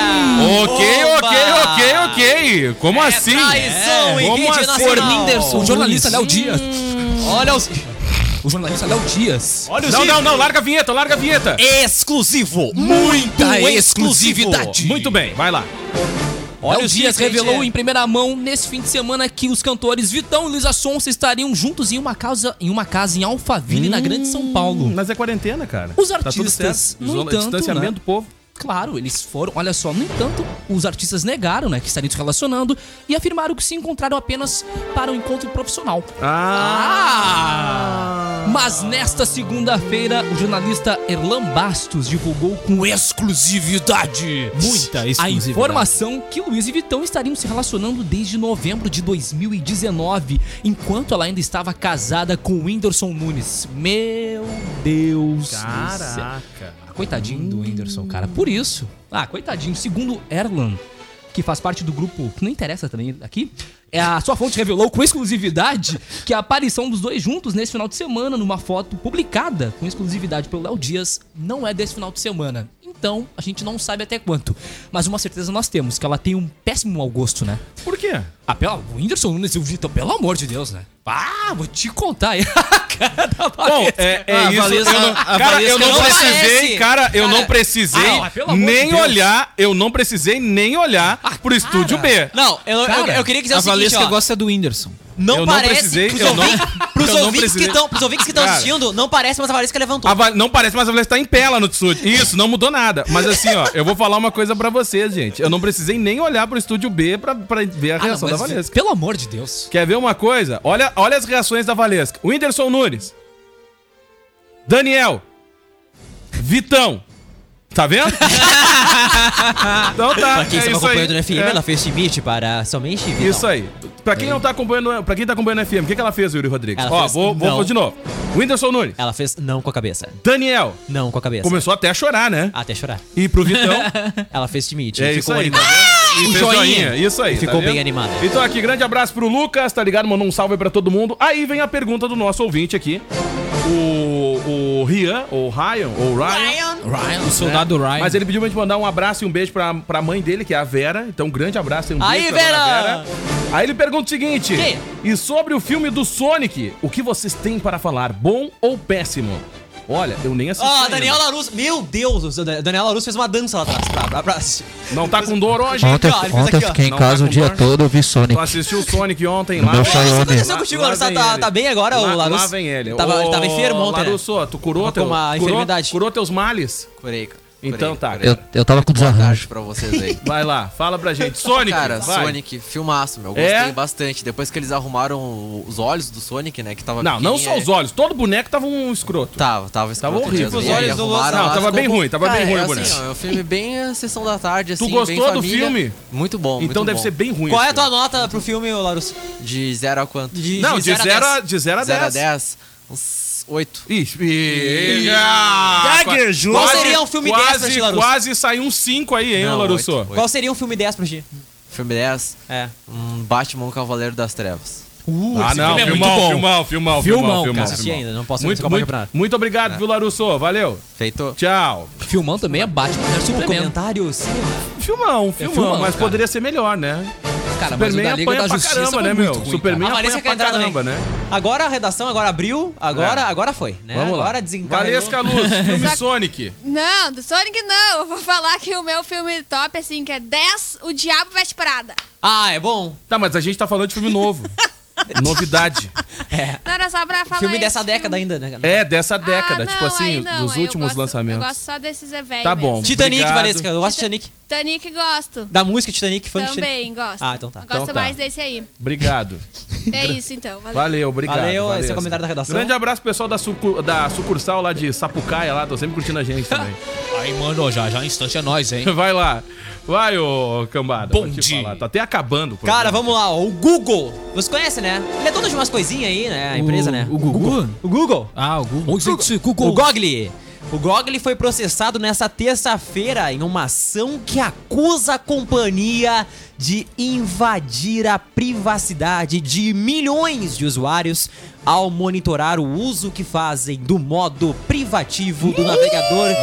D: Ok, ok, ok, ok.
E: É
D: Como assim?
I: Traição em
D: Como
I: rede
D: assim?
I: nacional.
E: O jornalista Léo Dias.
I: Olha os.
E: O jornalista Léo Dias.
D: Não, não, não, larga a vinheta, larga a vinheta.
E: É Exclusivo. Muita exclusividade.
D: Muito bem, vai lá.
E: Olha, o
I: os
E: Dias
I: dias, hein,
E: revelou
I: Diego?
E: em primeira mão nesse fim de semana que os cantores Vitão e Luísa Sonsa estariam juntos em uma casa em uma casa em Alphaville, na Grande São Paulo.
D: Mas é quarentena, cara.
E: Os
D: Tá tudo
E: artistas,
D: certo.
E: no
D: Isola-
E: entanto,
D: Distanciamento
E: né?
D: do povo.
E: Claro, eles foram. Olha só, no entanto, os artistas negaram, né, que estariam se relacionando e afirmaram que se encontraram apenas para um encontro profissional.
G: Ah!
E: Ah! Mas nesta segunda-feira, o jornalista Erlan Bastos divulgou com exclusividade
M: Muita
E: a
M: exclusividade.
E: informação que Luiz e Vitão estariam se relacionando desde novembro de 2019, enquanto ela ainda estava casada com o Whindersson Nunes. Meu Deus! do céu. Coitadinho do Whindersson, cara. Por isso. Ah, coitadinho. Segundo Erlan, que faz parte do grupo, que não interessa também aqui, é, a sua fonte revelou com exclusividade que a aparição dos dois juntos nesse final de semana, numa foto publicada com exclusividade pelo Léo Dias, não é desse final de semana.
G: então a gente não sabe até quanto. Mas uma certeza nós temos, que ela tem um péssimo mau gosto, né?
D: Por quê?
G: Ah, pelo, o Whindersson Nunes e o Vitor, pelo amor de Deus, né? Ah, vou te contar aí. a cara da
D: Bom,
G: Valesca.
D: é, é
G: Ah,
D: isso.
G: Valesca-
D: eu não,
G: a
D: cara, eu
G: Valesca
D: não
G: aparece.
D: precisei, cara, eu não
G: Cara,
D: precisei
G: ah, pelo amor de
D: nem
G: Deus. Ah,
D: olhar, eu não precisei nem olhar pro estúdio B.
I: Não, eu, eu- eu queria dizer
E: a
I: o seguinte,
E: Valesca
I: ó.
E: gosta do Whindersson.
I: Não
D: eu não
I: parece,
D: precisei,
I: pros,
D: eu não-
I: ouvintes, pros
D: eu não
I: ouvintes que
D: precisei.
I: estão, pros ouvintes que estão
D: Cara.
I: assistindo, não parece, mas a Valesca levantou. Ah,
D: A Val- Não parece, mas a Valesca tá em pé lá no estúdio. Isso, não mudou nada. Mas assim, ó, eu vou falar uma coisa pra vocês, gente. Eu não precisei nem olhar pro estúdio B pra, pra ver a
G: Ah, não,
D: reação da
G: mas
D: Valesca.
G: Pelo amor de Deus.
D: Quer ver uma coisa? Olha, olha as reações da Valesca. O Whindersson Nunes. Daniel. Vitão. Tá vendo? então tá.
I: Pra
D: é
I: quem estava
D: isso aí.
I: acompanhando no FM,
D: É.
I: ela fez limite para somente Vidal.
D: Isso aí. Pra quem não tá acompanhando, pra quem tá acompanhando a FM, o que, que ela fez, Yuri Rodrigues?
I: Ela
D: Ó,
I: fez
D: vou, vou,
I: não.
D: vou de novo. Whindersson Nunes.
I: Ela fez não com a cabeça.
D: Daniel.
I: Não com a cabeça. Ah,
D: Começou até a chorar, né?
I: Até chorar.
D: E pro Vitão.
I: Ela fez limite.
D: Então? É
I: ficou
D: isso aí.
I: animada. Um
D: Tá vendo? E fez
I: joinha.
D: joinha. Isso aí.
I: Ficou
D: tá
I: bem
D: vendo?
I: animada.
D: Então aqui, grande abraço pro Lucas, tá ligado? Mandou um salve pra todo mundo. Aí vem a pergunta do nosso ouvinte aqui. O, o Rian, ou Ryan, ou Ryan.
E: O soldado Ryan.
D: Mas ele pediu pra gente mandar um abraço e um beijo pra, pra mãe dele, que é a Vera. Então, um grande abraço e um
I: Aí,
D: beijo pra dona
I: Vera!
D: Aí ele pergunta o seguinte:
I: Que?
D: E sobre o filme do Sonic, o que vocês têm para falar? Bom ou péssimo? Olha, eu nem assisti.
I: Ó,
D: ainda.
I: Daniel Larusso. Meu Deus, o Dan- Daniel Larusso fez uma dança lá atrás. Pra, pra, pra assistir.
D: Não tá com dor hoje.
I: Ontem- Cara, ele fez ontem aqui, ó. fiquei
D: em Não casa tá o com dia dor.
K: todo, eu vi
D: Tu
K: Sonic.
G: tá
D: assistiu o Sonic ontem lá.
K: meu
D: Lá-
I: Cara, isso
K: Xiaomi.
I: aconteceu contigo,
D: Lá
I: Larusso.
D: vem
I: Tá,
D: ele.
I: tá bem agora,
D: lá,
I: o Larusso?
D: lá vem ele.
I: Tava, ele tava
D: Ô,
I: enfermo ontem, né?
D: Larusso, tu curou
I: Tava
D: teu,
I: com uma
D: curou,
I: enfermidade.
D: curou teus males?
N: Curei, cara.
D: Então tá,
N: curei.
D: cara.
K: eu tava com desarranjo.
N: Pra vocês aí.
D: Vai lá, fala pra gente. Sonic,
N: Cara,
D: vai.
N: Sonic, filmaço, meu. Eu
D: É?
N: Gostei bastante. Depois que eles arrumaram o- os olhos do Sonic, né? Que tava
D: Não, não
N: pequenininho,
D: só os olhos. Todo boneco tava um escroto.
N: Tava, tava
D: Tava
N: escroto
D: horrível.
N: mesmo.
D: Os
N: E aí
D: olhos do
N: arrumaram
D: Lázaro.
N: lá,
D: Tava
N: ficou
D: bem
N: bom.
D: ruim, tava
N: Cara,
D: bem ruim
N: é
D: o
N: assim,
D: boneco.
N: ó, É um filme bem a sessão da tarde, assim.
D: gostou
N: bem
D: do
N: família.
D: filme?
N: Muito bom,
D: então
N: muito
D: deve
N: bom.
D: ser bem ruim.
I: Qual é a
D: esse
I: tua
D: filme.
I: nota pro filme, ô, Larusso?
N: De 0 a quanto? De
D: Não, de 0 a 10.
N: 0 a 10. Uns 8.
D: Ixi, e- Ah,
K: Gaguejou.
D: quase-
I: Qual seria um filme
D: quase,
I: dessa, Larusso?
D: Quase saiu um 5 aí, hein,
N: Não,
D: Larusso? Ah,
N: oito, oito.
I: Qual seria um filme 10 pra ti?
N: Filme 10.
I: É.
N: Um Batman um Cavaleiro das Trevas.
D: ah, não,
A: filme é muito
D: filmão,
A: bom.
D: filmão, filmão, filmão,
I: Não,
D: filmão,
I: cara,
D: filmão,
I: assisti ainda, não posso
D: Muito,
I: começar o
D: muito,
I: campeonato.
D: muito obrigado, viu, Larusso? Valeu.
N: Feito.
D: Tchau.
G: Filmão também é Batman. É Superman.
I: Comentários?
D: Filmão, É filmão,
G: filmão,
D: mas
G: cara.
D: poderia ser melhor, né?
E: Tá,
G: Cara, mas o da Liga da Justiça
E: é
G: foi
D: né,
G: muito
D: meu?
G: ruim,
D: Superman
I: A Valesca
D: apanha pra
I: quer entrar
D: caramba,
I: também.
D: né?
I: Agora a redação, agora abriu, agora,
D: É.
I: agora foi, né?
D: Vamos lá.
I: agora desencarregou.
D: Valesca Luz, filme Sonic.
O: Não, do Sonic não. Eu vou falar que o meu filme top, assim, que é 10, O Diabo Veste Prada.
I: Ah, é bom.
D: Tá, mas a gente tá falando de filme novo. Novidade.
O: Não era só pra falar
I: É. filme
O: esse
I: dessa década ainda, né? cara?
D: É, dessa
O: Ah,
D: década,
O: não,
D: tipo assim,
O: aí não,
D: dos
O: aí eu
D: últimos
O: gosto-
D: lançamentos.
O: Eu gosto só desses eventos.
D: Tá bom.
I: Titanic,
D: Obrigado.
I: Valesca. Eu gosto de Titanic.
O: Titanic gosto.
I: Da música Titanic, fã de Titanic.
O: Também gosto.
I: Ah, então tá.
O: Gosto
D: Então tá.
O: mais desse aí.
D: Obrigado.
O: É isso então. Valeu.
D: Valeu, obrigado.
I: Valeu, esse é o
D: Valesca.
I: comentário da redação.
D: Grande abraço, pessoal da, sucu- da sucursal lá de Sapucaia, lá, tô sempre curtindo a gente também.
K: Aí, mano, já, já, instante é nós, hein?
D: Vai lá. Vai, ô cambada.
K: Bom
D: vou te
K: dia.
D: falar, Tá até acabando. o programa.
I: Cara, vamos lá. ó, O Google. Você conhece, né? Ele é dono de umas coisinhas aí, né? A empresa, né?
E: O Gugu?
I: O Google.
E: Ah, o Gugu.
K: Onde você
I: O Gogli. O Gogli foi processado nesta terça-feira em uma ação que acusa a companhia de invadir a privacidade de milhões de usuários ao monitorar o uso que fazem do modo privativo do navegador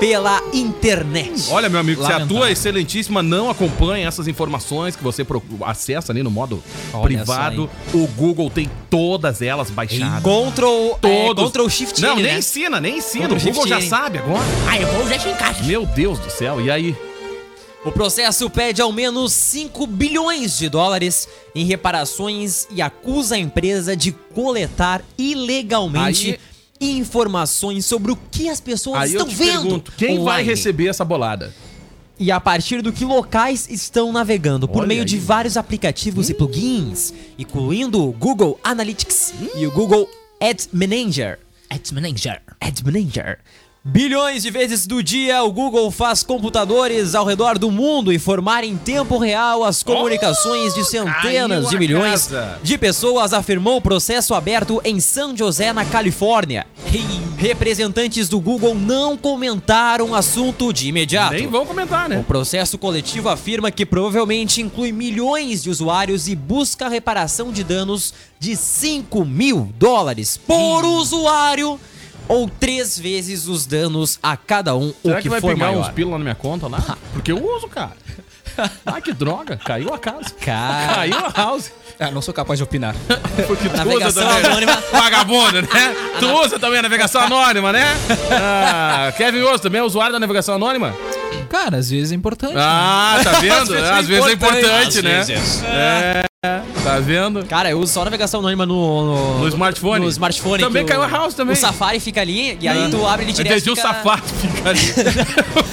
I: pela internet.
D: Olha, meu amigo, se a
I: Lamentável.
D: tua excelentíssima não acompanha essas informações que você pro- acessa ali no modo
I: Olha
D: privado, o Google tem todas elas baixadas.
I: Ctrl,
D: Todos.
I: É, Ctrl Shift
D: Não,
I: N,
D: nem
I: né?
D: ensina, nem ensina.
I: Ctrl
D: o Google
I: Shift
D: já
I: N. é
D: sabe agora.
K: Ah, eu vou já te encaixa.
D: Meu Deus do céu, e aí?
I: O processo pede ao menos 5 bilhões de dólares em reparações e acusa a empresa de coletar ilegalmente informações sobre o que as pessoas
D: Aí eu
I: estão
D: te
I: vendo.
D: pergunto, quem vai
I: online
D: receber essa bolada?
I: E a partir do que locais estão navegando por
D: Olha
I: meio de
D: aí. Hum.
I: vários aplicativos e plugins, incluindo o Google Analytics e o Google Ads Manager.
K: Manager.
I: Ad Manager. Bilhões de vezes do dia, o Google faz computadores ao redor do mundo informar em tempo real as comunicações de
D: Oh,
I: centenas
D: caiu
I: de
D: a
I: milhões
D: casa.
I: de pessoas, afirmou o processo aberto em San José, na Califórnia. Representantes do Google não comentaram o assunto de imediato.
D: Nem vão comentar,
I: O
D: né?
I: processo coletivo afirma que provavelmente inclui milhões de usuários e busca a reparação de danos de 5 mil dólares por usuário ou três vezes os danos a cada um,
D: Será
I: o
D: que,
I: que,
D: vai
I: for
D: pegar
I: maior.
D: uns pila na minha conta lá? Porque eu uso, cara. Ah, que droga. Caiu a casa.
I: Cara.
D: Caiu a house.
E: Ah, não sou capaz de opinar.
D: Porque tu usa
I: Navegação
D: também. né?
I: anônima.
D: Vagabundo, né? Tu usa também a navegação anônima, né? Ah, Kevin Osso também é usuário da navegação anônima?
E: Cara, às vezes é importante.
D: Ah, tá vendo? Às vezes é importante, né?
I: Às vezes.
D: É. Tá vendo?
I: Cara, eu uso só navegação anônima no, no,
D: No smartphone?
I: No smartphone.
D: Também
I: que
D: caiu a house também. Ah.
I: O Safari fica ali e aí tu abre ele direto.
D: Entendi o
I: fica-
D: safado fica ali.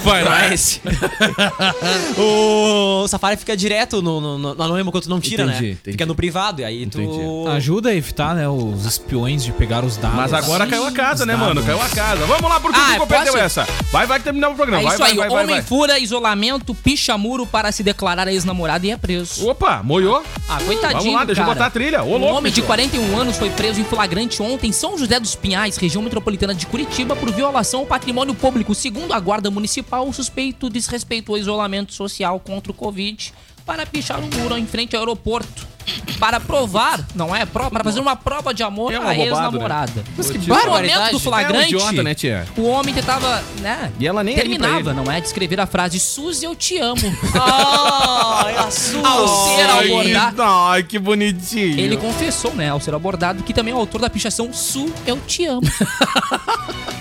D: Vai, vai.
I: Mas- é o Safari fica direto no, no, no- no anônimo quando tu não tira,
D: Entendi,
I: né?
D: entendi.
I: Fica no privado e aí tu. Ah,
D: Ah,
E: Ajuda a evitar, né, os espiões de pegar os dados.
D: Mas agora caiu a casa, né, mano? Caiu a casa. Vamos lá pro que
G: Ah,
D: Google perdeu
G: posso?
D: essa. Vai, vai que terminar o
G: É
D: programa. Vai,
G: isso
D: vai,
G: aí,
D: vai, vai,
G: homem
D: vai.
G: fura isolamento, picha muro para se declarar ex-namorado e é preso.
D: Opa, moiou?
G: Ah, coitadinho,
D: Vamos lá, deixa eu
G: cara.
D: botar a trilha. Ô,
G: um
D: louco,
G: homem de
D: bicho.
G: 41 anos foi preso em flagrante ontem em São José dos Pinhais, região metropolitana de Curitiba, por violação ao patrimônio público. Segundo a guarda municipal, o suspeito desrespeitou o isolamento social contra o Covid para pichar um muro em frente ao aeroporto. Para provar, não é? Prova, para fazer uma prova de amor
D: É um
G: à
D: roubado, né?
G: ex-namorada.
D: Mas que
G: No momento
D: barbaridade.
G: do flagrante,
D: É um idiota, né, tia?
G: o homem tentava, né?
D: E ela nem aí pra
G: terminava,
D: ele.
G: não é? De escrever a frase Suzy, eu te amo.
I: Ah, é a sua.
G: Ao ser abordado,
D: Ai, que bonitinho.
G: ele confessou, né, ao ser abordado, que também é o autor da pichação Su, eu te amo.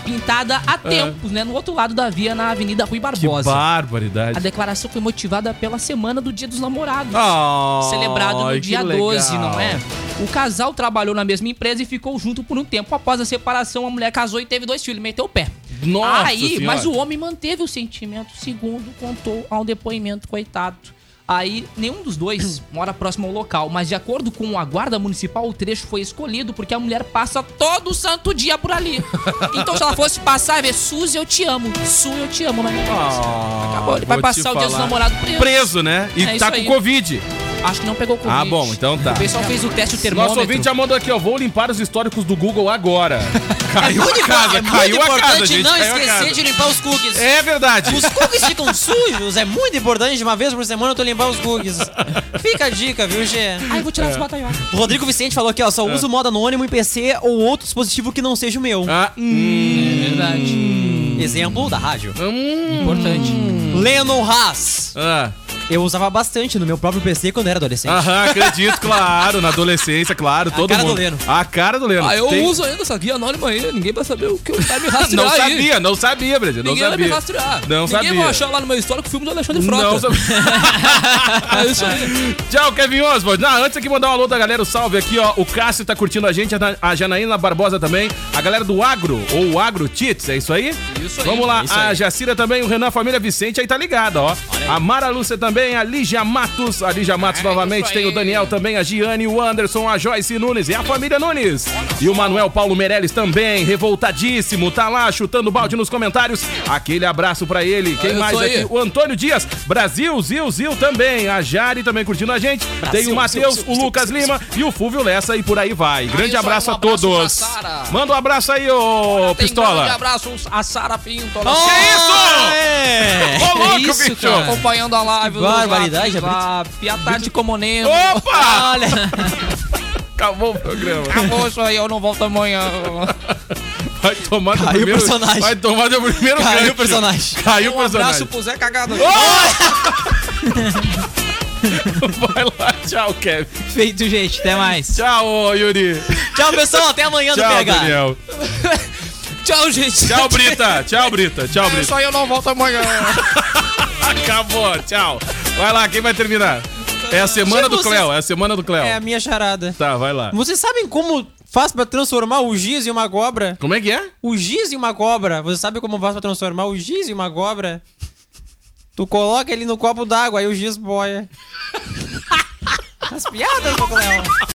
G: Pintada há tempos, né, no outro lado da via, na Avenida
D: É.
G: Rui
D: Que
G: Barbosa. A
D: barbaridade.
G: declaração foi motivada pela semana do Dia dos Namorados,
D: Ah,
G: celebrado no
D: que
G: dia
D: legal.
G: 12, não é? O casal trabalhou na mesma empresa e ficou junto por um tempo. Após a separação, a mulher casou e teve dois filhos, meteu o pé.
D: Nossa
G: Aí,
D: Senhora.
G: mas o homem manteve o sentimento, segundo contou ao depoimento, coitado. Aí, nenhum dos dois mora próximo ao local, mas de acordo com a guarda municipal, o trecho foi escolhido porque a mulher passa todo santo dia por ali. Então, se ela fosse passar e ver Suzy, eu te amo, Su, eu te amo na minha casa.
D: Ah,
G: Acabou, ele vai
D: vou te
G: passar o dia dos
D: falar.
G: namorados preso.
D: Preso, né? E
G: É isso
D: tá
G: aí.
D: com Covid.
G: Acho que não pegou Covid.
D: Ah, bom, então tá.
G: O pessoal fez o teste do termômetro.
D: Nosso ouvinte é já mandou aqui, ó. Vou limpar os históricos do Google agora. Caiu
I: Muito
D: a
I: impor-
D: casa,
I: é muito
D: caiu a
I: importante
D: casa, gente.
I: não
D: caiu a
I: esquecer
D: casa.
I: de limpar os cookies.
D: É verdade.
I: Os cookies ficam sujos, é muito importante. Uma vez por semana eu tô limpando os cookies. Fica a dica, viu, Gê?
G: Ai, vou
D: É.
G: tirar os batalhões.
I: O Rodrigo Vicente falou aqui, ó, só uso modo anônimo em PC ou outro dispositivo que não seja o meu. É
D: Ah, hum.
I: Exemplo da rádio.
G: Importante.
A: Hum.
I: Lennon Haas.
D: Ah,
I: Eu usava bastante no meu próprio PC quando era adolescente.
D: Aham, acredito, claro. Na adolescência, claro. todo
I: cara do
D: mundo.
I: Leno.
D: A cara do Leno.
A: Ah, eu
D: Tem-
A: uso ainda essa guia anônima aí, ninguém vai saber o que eu vai me rastrear
D: Não
A: aí.
D: sabia, não sabia, Brasil. Não
A: Ninguém vai me
D: sabia.
A: rastrear.
D: Não
A: Ninguém
D: sabia.
A: vai achar lá no meu histórico o filme do Alexandre Frota.
D: Não sabia.
A: É isso aí.
D: Tchau, Kevin Oswald. Não, antes aqui mandar um alô da galera, um salve aqui, ó. O Cássio tá curtindo a gente, a Dan- a Janaína Barbosa também, a galera do Agro, ou Agro Tits, é isso aí?
A: Isso aí.
D: Vamos lá,
I: isso
D: a
I: aí.
D: Jacira também, o Renan Família Vicente aí tá ligada, ó. A Mara Lúcia também, a Lígia Matos, a Lígia Matos novamente, tem o Daniel também, a Giane, o Anderson, a Joyce Nunes e a família Nunes. E o Manuel Paulo Meirelles também, revoltadíssimo, tá lá chutando balde nos comentários. Aquele abraço pra ele. Quem
A: É isso
D: mais
A: aí.
D: aqui? O Antônio Dias, Brasil, Zil, Zil também. A Jari também curtindo a gente. Tem o Matheus, o Lucas Lima e o Fúvio Lessa e por aí vai. Grande
G: isso aí,
D: abraço
G: um
D: a
G: abraço
D: todos.
G: pra Sara.
D: Manda um abraço aí, ô
G: Um grande
D: Pistola. Oh!
G: abraço a Sara Pinto. ela
D: Que isso?
I: É.
D: Ô, louco,
G: isso,
D: bicho!
G: cara. Acompanhando a live
I: Que barbaridade,
G: do a Piatade Comoneno.
D: Opa!
I: Olha.
D: Acabou o programa.
G: Acabou isso aí, eu não volto amanhã.
D: Vai tomar do
I: Caiu o
D: primeiro.
I: personagem.
D: Vai tomar do primeiro
I: Caiu o
D: gancho.
I: personagem. Oh!
D: Caiu o
G: Um abraço
D: personagem.
G: pro Zé Cagado.
D: Vai lá, tchau, Kevin.
I: Feito, gente. Até mais.
D: Tchau, ô, Yuri.
I: Tchau, pessoal. Até amanhã no
D: Tchau,
I: PH.
D: Daniel.
G: Tchau, gente.
D: Tchau, Brita. Tchau, Brita. Tchau,
I: É,
D: Brita.
G: Isso aí, eu não volto amanhã.
D: Acabou, tchau. Vai lá, quem vai terminar? É a semana do
I: vocês-
D: Cléo, é a semana do Cléo.
I: É a minha charada.
D: Tá, vai lá.
I: Vocês sabem como faz pra transformar o giz em uma cobra?
D: Como é que é?
I: O giz em uma cobra. Você sabe como faz pra transformar o giz em uma cobra? Tu coloca ele no copo d'água, aí o giz boia. As piadas, Coco Leão.